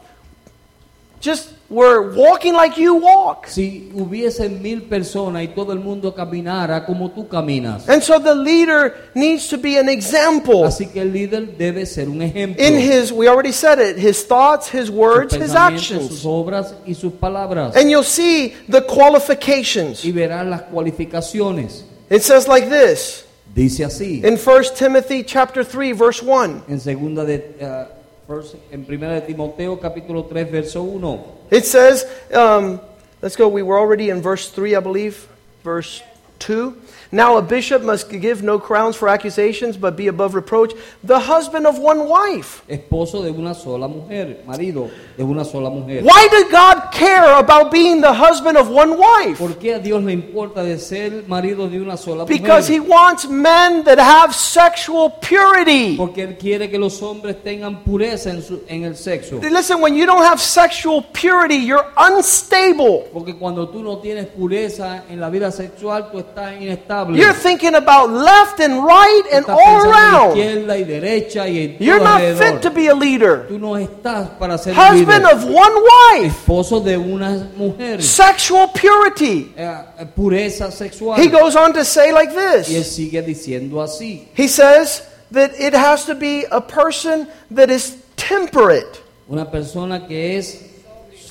Speaker 1: just were walking like you walk.
Speaker 2: Si hubiesen mil personas y todo el mundo caminara como tú caminas.
Speaker 1: And so the leader needs to be an example
Speaker 2: Así que el líder debe ser un ejemplo.
Speaker 1: in Oh. his, we already said it, his thoughts, his words,
Speaker 2: sus
Speaker 1: his
Speaker 2: pensamientos,
Speaker 1: actions.
Speaker 2: sus obras y sus palabras.
Speaker 1: And you'll see the qualifications.
Speaker 2: y verán las cualificaciones.
Speaker 1: It says like this
Speaker 2: Dice así.
Speaker 1: in 1 Timothy chapter 3 verse 1.
Speaker 2: En segunda de eh, first- en primera de Timoteo capítulo 3 verso 1.
Speaker 1: It says, um, let's go, we were already in verse 3, I believe, verse 2. Now a bishop must give no crowns for accusations, but be above reproach, the husband of one wife.
Speaker 2: Esposo de una sola mujer, marido de una sola mujer.
Speaker 1: Why did God care about being the husband of one wife?
Speaker 2: ¿Por qué a Dios le importa de ser marido de una sola
Speaker 1: Because He
Speaker 2: mujer?
Speaker 1: wants men that have sexual purity.
Speaker 2: Porque él quiere que los hombres tengan pureza en, su- en el sexo.
Speaker 1: Listen, when you don't have sexual purity, you're unstable.
Speaker 2: Porque cuando tú no tienes pureza en la vida sexual, tú estás inestable.
Speaker 1: You're thinking about left and right and
Speaker 2: Estás
Speaker 1: all
Speaker 2: pensando en
Speaker 1: around.
Speaker 2: izquierda y derecha y en todo
Speaker 1: You're not
Speaker 2: alrededor.
Speaker 1: fit to be a leader.
Speaker 2: Tú no estás para ser
Speaker 1: Husband
Speaker 2: líder.
Speaker 1: of one wife.
Speaker 2: esposo de una mujer.
Speaker 1: sexual purity.
Speaker 2: eh, pureza sexual.
Speaker 1: He goes on to say like
Speaker 2: y él
Speaker 1: this.
Speaker 2: sigue diciendo así.
Speaker 1: He says that it has to be a person that is temperate.
Speaker 2: Una persona que es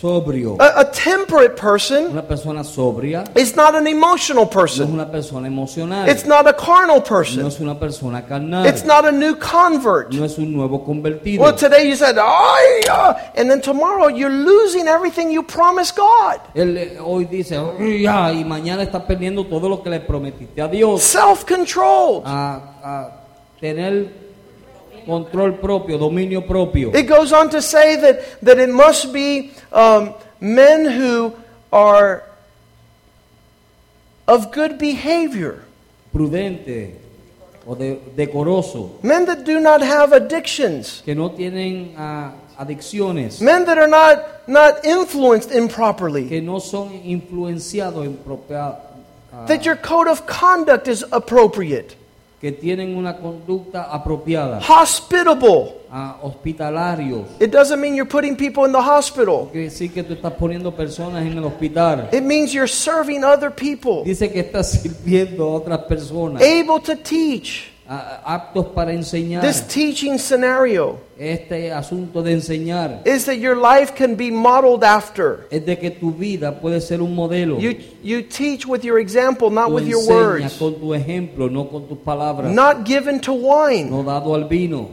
Speaker 2: sobrio.
Speaker 1: A, a temperate person
Speaker 2: Una persona sobria no
Speaker 1: is not an emotional
Speaker 2: es
Speaker 1: person.
Speaker 2: una persona emocional.
Speaker 1: It's not a carnal
Speaker 2: No
Speaker 1: person.
Speaker 2: es una persona carnal.
Speaker 1: It's not a new convert.
Speaker 2: No es un nuevo convertido.
Speaker 1: Well, today you said, "Ay, ah," and then tomorrow you're losing everything you promised God.
Speaker 2: Él eh, hoy dice, "Ay, ya", y mañana estás perdiendo todo lo que le prometiste a Dios.
Speaker 1: Self control.
Speaker 2: A, a tener control propio, dominio propio.
Speaker 1: It goes on to say that, that it must be um, men who are of good behavior,
Speaker 2: prudente o de- decoroso,
Speaker 1: men that do not have addictions,
Speaker 2: que no tienen ah, adicciones,
Speaker 1: men that are not, not influenced improperly,
Speaker 2: que no son influenciados en propia, ah,
Speaker 1: that your code of conduct is appropriate,
Speaker 2: que tienen una conducta apropiada,
Speaker 1: hospitable.
Speaker 2: ah, hospitalarios,
Speaker 1: It doesn't mean you're putting people in the hospital,
Speaker 2: que decir que tú estás poniendo personas en el hospital,
Speaker 1: it means you're serving other people,
Speaker 2: dice que estás [LAUGHS] sirviendo a otras personas,
Speaker 1: able to teach.
Speaker 2: ah, aptos para enseñar.
Speaker 1: This teaching scenario
Speaker 2: Este asunto de enseñar
Speaker 1: is that your life can be modeled after.
Speaker 2: es de que tu vida puede ser un modelo.
Speaker 1: You, you teach with your example, not
Speaker 2: Tú
Speaker 1: with your
Speaker 2: enseñas
Speaker 1: words.
Speaker 2: con tu ejemplo, no con tus palabras.
Speaker 1: Not given to wine.
Speaker 2: no dado al vino.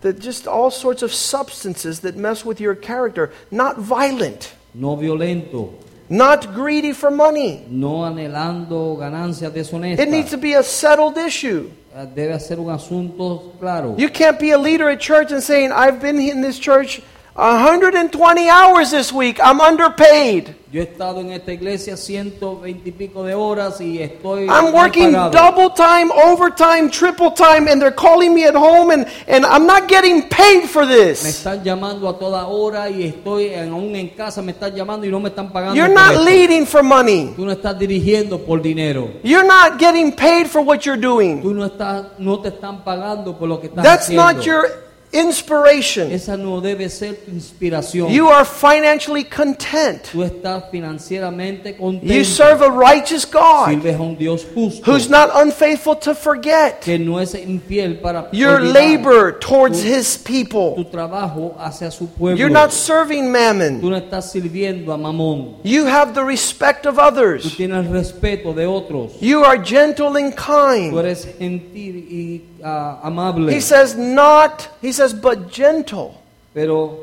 Speaker 1: That just all sorts of substances that mess with your character. Not violent.
Speaker 2: no violento,
Speaker 1: Not greedy for money.
Speaker 2: no anhelando ganancias deshonestas.
Speaker 1: It needs to be a settled issue.
Speaker 2: Eh, Debe ser un asunto claro.
Speaker 1: You can't be a leader at church and saying, I've been in this church 120 hours this week. I'm underpaid.
Speaker 2: Yo he estado en esta iglesia 120 y pico de horas y estoy
Speaker 1: I'm
Speaker 2: mal
Speaker 1: working
Speaker 2: pagado.
Speaker 1: double time, overtime, triple time, and they're calling me at home, and, and I'm not getting paid for
Speaker 2: Me
Speaker 1: this.
Speaker 2: están llamando a toda hora y estoy en- aún en casa, me están llamando y no me están pagando.
Speaker 1: You're
Speaker 2: por
Speaker 1: not
Speaker 2: esto.
Speaker 1: leading for money.
Speaker 2: Tú no estás dirigiendo por dinero.
Speaker 1: You're not getting paid for what you're doing.
Speaker 2: Tú no estás no te están pagando por lo que estás
Speaker 1: That's
Speaker 2: haciendo.
Speaker 1: not your inspiration.
Speaker 2: Esa no debe ser tu inspiración.
Speaker 1: You are financially content.
Speaker 2: Tú estás financieramente contento.
Speaker 1: You serve a righteous God
Speaker 2: Sirves a un Dios justo.
Speaker 1: who's not unfaithful to forget
Speaker 2: que no es infiel para
Speaker 1: your
Speaker 2: olvidar
Speaker 1: labor towards his
Speaker 2: tu
Speaker 1: people.
Speaker 2: trabajo hacia su pueblo.
Speaker 1: You're not serving
Speaker 2: tú
Speaker 1: mammon.
Speaker 2: no estás sirviendo a Mamón.
Speaker 1: You have the respect of
Speaker 2: Tú
Speaker 1: others.
Speaker 2: tienes respeto de otros.
Speaker 1: You are gentle and
Speaker 2: Tú
Speaker 1: kind.
Speaker 2: eres gentil y ah, amable,
Speaker 1: He says, not, he says, but gentle,
Speaker 2: pero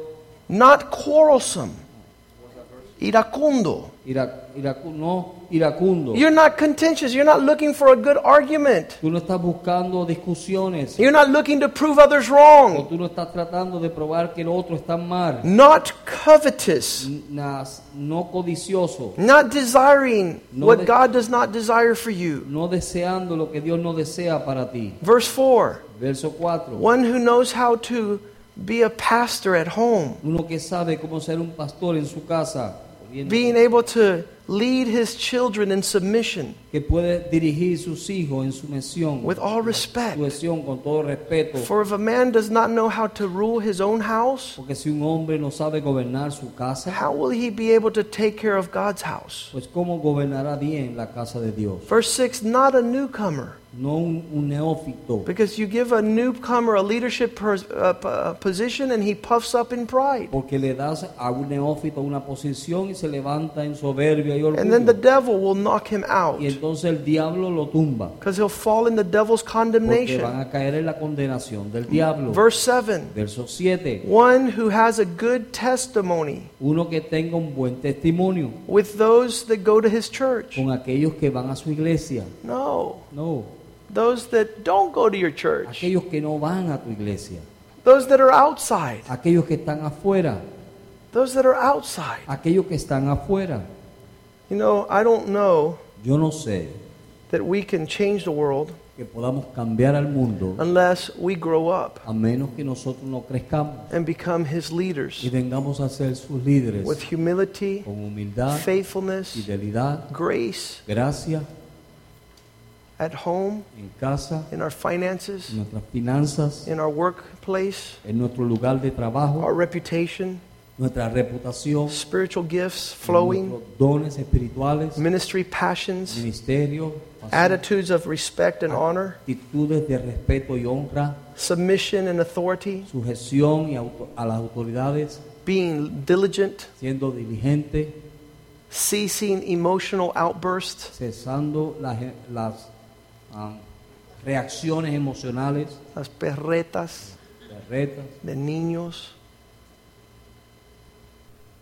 Speaker 1: not quarrelsome, iracundo.
Speaker 2: ira- iracu- no iracundo.
Speaker 1: You're not contentious. You're not looking for a good argument.
Speaker 2: Tú no estás buscando discusiones.
Speaker 1: You're not looking to prove others
Speaker 2: O
Speaker 1: wrong.
Speaker 2: tú no estás tratando de probar que el otro está mal.
Speaker 1: Not covetous.
Speaker 2: Nas- No codicioso.
Speaker 1: Not desiring
Speaker 2: No
Speaker 1: what
Speaker 2: de-
Speaker 1: God does not desire for you.
Speaker 2: No deseando lo que Dios no desea para ti.
Speaker 1: Verse 4
Speaker 2: Verso 4.
Speaker 1: One who knows how to be a pastor at home,
Speaker 2: Uno que sabe cómo ser un pastor en su casa.
Speaker 1: being able to lead his children in submission
Speaker 2: Que puede dirigir sus hijos en sumisión.
Speaker 1: with all respect.
Speaker 2: Sumisión con todo respeto.
Speaker 1: For if a man does not know how to rule his own house,
Speaker 2: Porque si un hombre no sabe gobernar su casa,
Speaker 1: how will he be able to take care of God's house?
Speaker 2: pues cómo gobernará bien la casa de Dios.
Speaker 1: Verse 6 Not a newcomer.
Speaker 2: No un, un neófito.
Speaker 1: Because you give a newcomer a leadership pers- uh, p- uh, position and he puffs up in pride.
Speaker 2: Porque le das a un neófito una posición y se levanta en soberbia y
Speaker 1: And then the
Speaker 2: orgullo.
Speaker 1: devil will knock him out
Speaker 2: Y entonces el diablo lo tumba.
Speaker 1: because he'll fall in the devil's
Speaker 2: Porque van
Speaker 1: condemnation.
Speaker 2: a caer en la condenación del diablo.
Speaker 1: Verse 7
Speaker 2: Verso 7.
Speaker 1: One who has a good testimony
Speaker 2: Uno que tenga un buen testimonio
Speaker 1: with those that go to his church.
Speaker 2: con aquellos que van a su iglesia.
Speaker 1: No,
Speaker 2: No.
Speaker 1: those that don't go to your church,
Speaker 2: Aquellos que no van a tu iglesia.
Speaker 1: those that are outside,
Speaker 2: Aquellos que están afuera.
Speaker 1: those that are outside.
Speaker 2: Aquellos que están afuera.
Speaker 1: You know, I don't know
Speaker 2: Yo no sé
Speaker 1: that we can change the world
Speaker 2: que podamos cambiar al mundo
Speaker 1: unless we grow up
Speaker 2: a menos que nosotros no crezcamos
Speaker 1: and become his leaders.
Speaker 2: y vengamos a ser sus líderes
Speaker 1: with humility,
Speaker 2: con humildad,
Speaker 1: faithfulness,
Speaker 2: fidelidad,
Speaker 1: grace
Speaker 2: gracia
Speaker 1: at home,
Speaker 2: en casa,
Speaker 1: in our finances,
Speaker 2: en nuestras finanzas,
Speaker 1: in our workplace,
Speaker 2: en nuestro lugar de trabajo,
Speaker 1: our reputation,
Speaker 2: nuestra reputación,
Speaker 1: spiritual gifts flowing,
Speaker 2: nuestros dones espirituales,
Speaker 1: ministry passions,
Speaker 2: ministerio, pasión,
Speaker 1: attitudes of respect and honor,
Speaker 2: actitudes de respeto y honra,
Speaker 1: submission and authority,
Speaker 2: sujeción y auto- a las autoridades,
Speaker 1: being diligent,
Speaker 2: siendo diligente,
Speaker 1: ceasing emotional outbursts.
Speaker 2: cesando las, las, ah, reacciones emocionales,
Speaker 1: Las perretas
Speaker 2: las retas.
Speaker 1: de niños.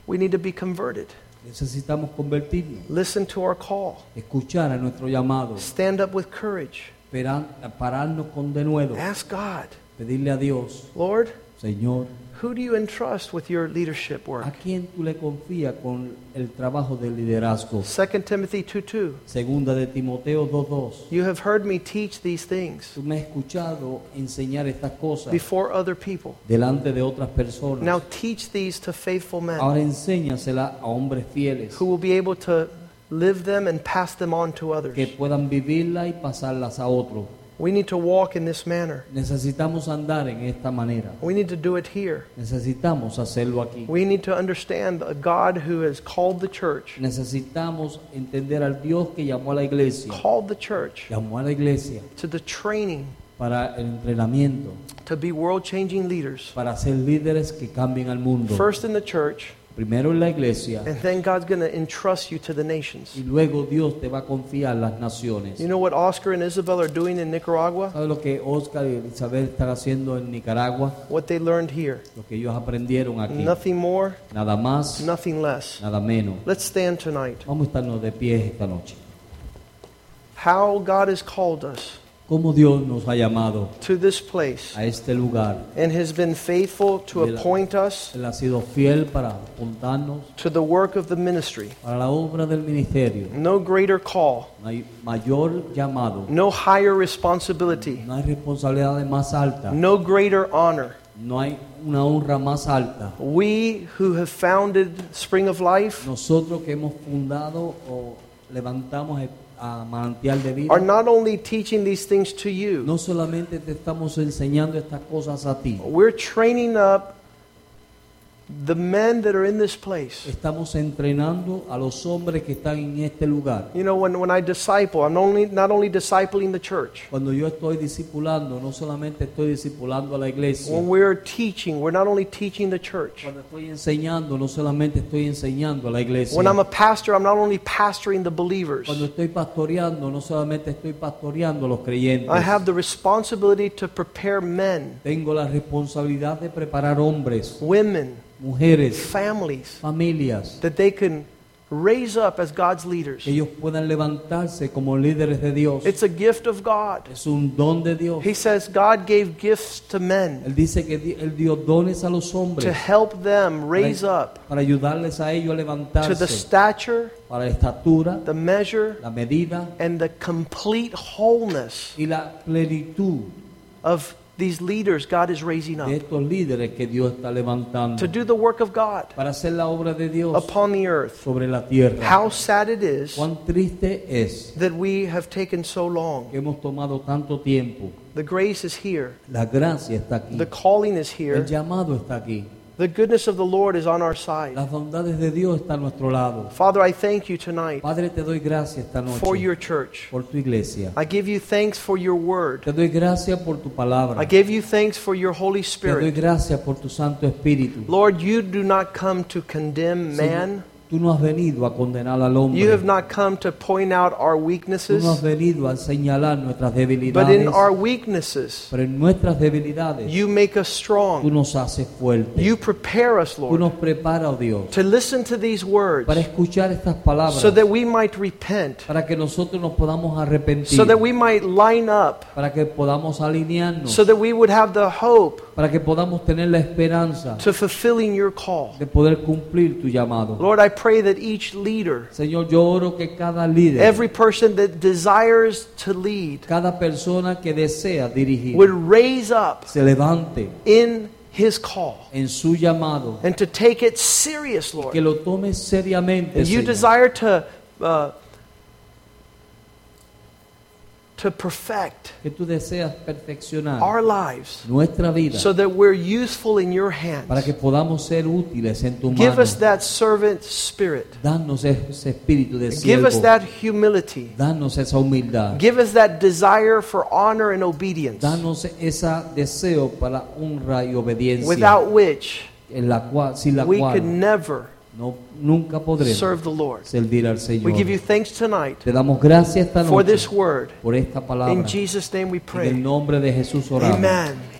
Speaker 1: We need to be converted.
Speaker 2: Necesitamos convertirnos,
Speaker 1: Listen to our call.
Speaker 2: escuchar a nuestro llamado,
Speaker 1: Stand up with courage.
Speaker 2: esperar- pararnos con denuedo,
Speaker 1: Ask God,
Speaker 2: pedirle a Dios,
Speaker 1: Lord,
Speaker 2: Señor,
Speaker 1: who do you entrust with your leadership work?
Speaker 2: ¿a quién tú le confías con el trabajo del liderazgo?
Speaker 1: 2 Timothy 2 2.
Speaker 2: Segunda de Timoteo 2.2.
Speaker 1: You have heard me teach these things
Speaker 2: Tú me has escuchado enseñar estas cosas
Speaker 1: before other people.
Speaker 2: delante de otras
Speaker 1: Now
Speaker 2: personas.
Speaker 1: teach these to faithful men
Speaker 2: Ahora enséñasela a hombres fieles
Speaker 1: who will be able to live them and pass them on to
Speaker 2: que
Speaker 1: others.
Speaker 2: puedan vivirla y pasarlas a otros.
Speaker 1: We need to walk in this manner.
Speaker 2: Necesitamos andar en esta manera.
Speaker 1: We need to do it here.
Speaker 2: Necesitamos hacerlo aquí.
Speaker 1: We need to understand a God who has called the church,
Speaker 2: Necesitamos entender al Dios que llamó a la iglesia.
Speaker 1: called the church
Speaker 2: Llamó a la iglesia
Speaker 1: to the training
Speaker 2: para el entrenamiento,
Speaker 1: to be world changing leaders,
Speaker 2: para ser líderes que cambien al mundo.
Speaker 1: first in the church,
Speaker 2: Primero en la iglesia
Speaker 1: and then God's going to entrust you to the nations.
Speaker 2: y luego Dios te va a confiar las naciones.
Speaker 1: You know what Oscar and Isabel are doing in Nicaragua?
Speaker 2: ¿Sabes lo que Oscar y Elizabeth están haciendo en Nicaragua?
Speaker 1: What they learned here.
Speaker 2: Lo que ellos aprendieron aquí.
Speaker 1: Nothing more,
Speaker 2: Nada más,
Speaker 1: nothing less.
Speaker 2: nada menos.
Speaker 1: Let's stand tonight.
Speaker 2: Vamos a estarnos de pie esta noche.
Speaker 1: How God has called us
Speaker 2: Cómo Dios nos ha llamado
Speaker 1: to this place
Speaker 2: a este lugar.
Speaker 1: and has been faithful to appoint us
Speaker 2: Él ha sido fiel para apuntarnos
Speaker 1: to the work of the ministry.
Speaker 2: para la obra del ministerio.
Speaker 1: No greater call,
Speaker 2: No hay mayor llamado,
Speaker 1: no higher responsibility,
Speaker 2: no hay responsabilidad más alta,
Speaker 1: no greater honor.
Speaker 2: no hay una honra más alta.
Speaker 1: We who have founded Spring of Life
Speaker 2: Nosotros que hemos fundado o levantamos el- a Manantial de
Speaker 1: are
Speaker 2: Vida,
Speaker 1: not only teaching these things to you,
Speaker 2: no solamente te estamos enseñando estas cosas a ti,
Speaker 1: we're training up the men that are in this place.
Speaker 2: estamos entrenando a los hombres que están en este lugar.
Speaker 1: You know, when, when I disciple, I'm only, not only discipling the church,
Speaker 2: Cuando yo estoy discipulando, no solamente estoy discipulando a la iglesia,
Speaker 1: when we're teaching, we're not only teaching the church.
Speaker 2: cuando estoy enseñando, no solamente estoy enseñando a la iglesia.
Speaker 1: When I'm a pastor, I'm not only pastoring the believers,
Speaker 2: Cuando estoy pastoreando, no solamente estoy pastoreando a los creyentes.
Speaker 1: I have the responsibility to prepare men,
Speaker 2: Tengo la responsabilidad de preparar hombres,
Speaker 1: women,
Speaker 2: mujeres,
Speaker 1: families
Speaker 2: familias,
Speaker 1: that they can raise up as God's leaders.
Speaker 2: que ellos puedan levantarse como líderes de Dios.
Speaker 1: It's a gift of God.
Speaker 2: Es un don de Dios.
Speaker 1: He says God gave gifts to men
Speaker 2: Él dice que di- Él dio dones a los
Speaker 1: to
Speaker 2: hombres
Speaker 1: help them raise up
Speaker 2: para ayudarles a ellos
Speaker 1: to
Speaker 2: a
Speaker 1: the
Speaker 2: levantarse
Speaker 1: stature,
Speaker 2: para la estatura,
Speaker 1: the measure,
Speaker 2: la medida
Speaker 1: and the complete wholeness
Speaker 2: y la plenitud
Speaker 1: of these leaders God is raising
Speaker 2: de
Speaker 1: up
Speaker 2: estos líderes que Dios está levantando
Speaker 1: to do the work of God
Speaker 2: para hacer la obra de Dios
Speaker 1: upon the earth.
Speaker 2: sobre la tierra.
Speaker 1: How sad it is
Speaker 2: Cuán triste es
Speaker 1: that we have taken so long.
Speaker 2: que hemos tomado tanto tiempo.
Speaker 1: The grace is here.
Speaker 2: La gracia está aquí.
Speaker 1: The calling is
Speaker 2: El
Speaker 1: here.
Speaker 2: llamado está aquí.
Speaker 1: The goodness of the Lord is on our side.
Speaker 2: Las bondades de Dios están a nuestro lado.
Speaker 1: Father, I thank you tonight
Speaker 2: Padre, te doy gracias esta noche
Speaker 1: for your church.
Speaker 2: por tu iglesia.
Speaker 1: I give you thanks for your word.
Speaker 2: Te doy gracias por tu palabra.
Speaker 1: I give you thanks for your Holy
Speaker 2: Te doy
Speaker 1: Spirit.
Speaker 2: gracias por tu Santo Espíritu.
Speaker 1: Lord, you do not come to condemn
Speaker 2: Señor,
Speaker 1: man.
Speaker 2: Tú no has venido a condenar al
Speaker 1: You
Speaker 2: hombre.
Speaker 1: have not come to point out our
Speaker 2: Tú no has
Speaker 1: weaknesses.
Speaker 2: venido a señalar nuestras
Speaker 1: But in
Speaker 2: debilidades.
Speaker 1: our weaknesses,
Speaker 2: Pero en nuestras debilidades
Speaker 1: you make us
Speaker 2: tú
Speaker 1: strong.
Speaker 2: nos haces fuertes.
Speaker 1: You prepare us,
Speaker 2: Tú
Speaker 1: Lord,
Speaker 2: nos preparas, oh Dios,
Speaker 1: to listen to these words
Speaker 2: para escuchar estas palabras.
Speaker 1: so that we might repent,
Speaker 2: Para que nosotros nos podamos arrepentir.
Speaker 1: so that we might line up,
Speaker 2: Para que podamos alinearnos.
Speaker 1: so that we would have the hope
Speaker 2: Para que podamos tener la esperanza
Speaker 1: to fulfilling your call.
Speaker 2: de poder cumplir tu llamado.
Speaker 1: Lord, I pray that each leader,
Speaker 2: Señor, yo oro que cada líder,
Speaker 1: every person that desires to lead,
Speaker 2: cada persona que desea dirigir,
Speaker 1: would raise up
Speaker 2: se levante
Speaker 1: in his call
Speaker 2: en su llamado,
Speaker 1: and to take it serious, Lord.
Speaker 2: que lo tome seriamente.
Speaker 1: If you
Speaker 2: Señor.
Speaker 1: desire to uh, to perfect
Speaker 2: que tú deseas perfeccionar
Speaker 1: our lives
Speaker 2: nuestra vida
Speaker 1: so that we're useful in your
Speaker 2: para que
Speaker 1: hands.
Speaker 2: podamos ser útiles en tu mano.
Speaker 1: Give us that servant spirit.
Speaker 2: Danos ese espíritu de
Speaker 1: Give us
Speaker 2: siervo.
Speaker 1: that humility.
Speaker 2: Danos esa humildad.
Speaker 1: Give us that desire for honor and obedience
Speaker 2: Danos ese deseo para honra y obediencia.
Speaker 1: without which
Speaker 2: en la cual, sin la
Speaker 1: we could
Speaker 2: cual
Speaker 1: never
Speaker 2: no, nunca podremos
Speaker 1: serve the Lord.
Speaker 2: servir al Señor.
Speaker 1: We give you thanks tonight
Speaker 2: Te damos gracias esta
Speaker 1: for
Speaker 2: noche
Speaker 1: this word.
Speaker 2: por esta palabra.
Speaker 1: In Jesus' name we
Speaker 2: en el
Speaker 1: pray.
Speaker 2: nombre de Jesús oramos.
Speaker 1: Amen.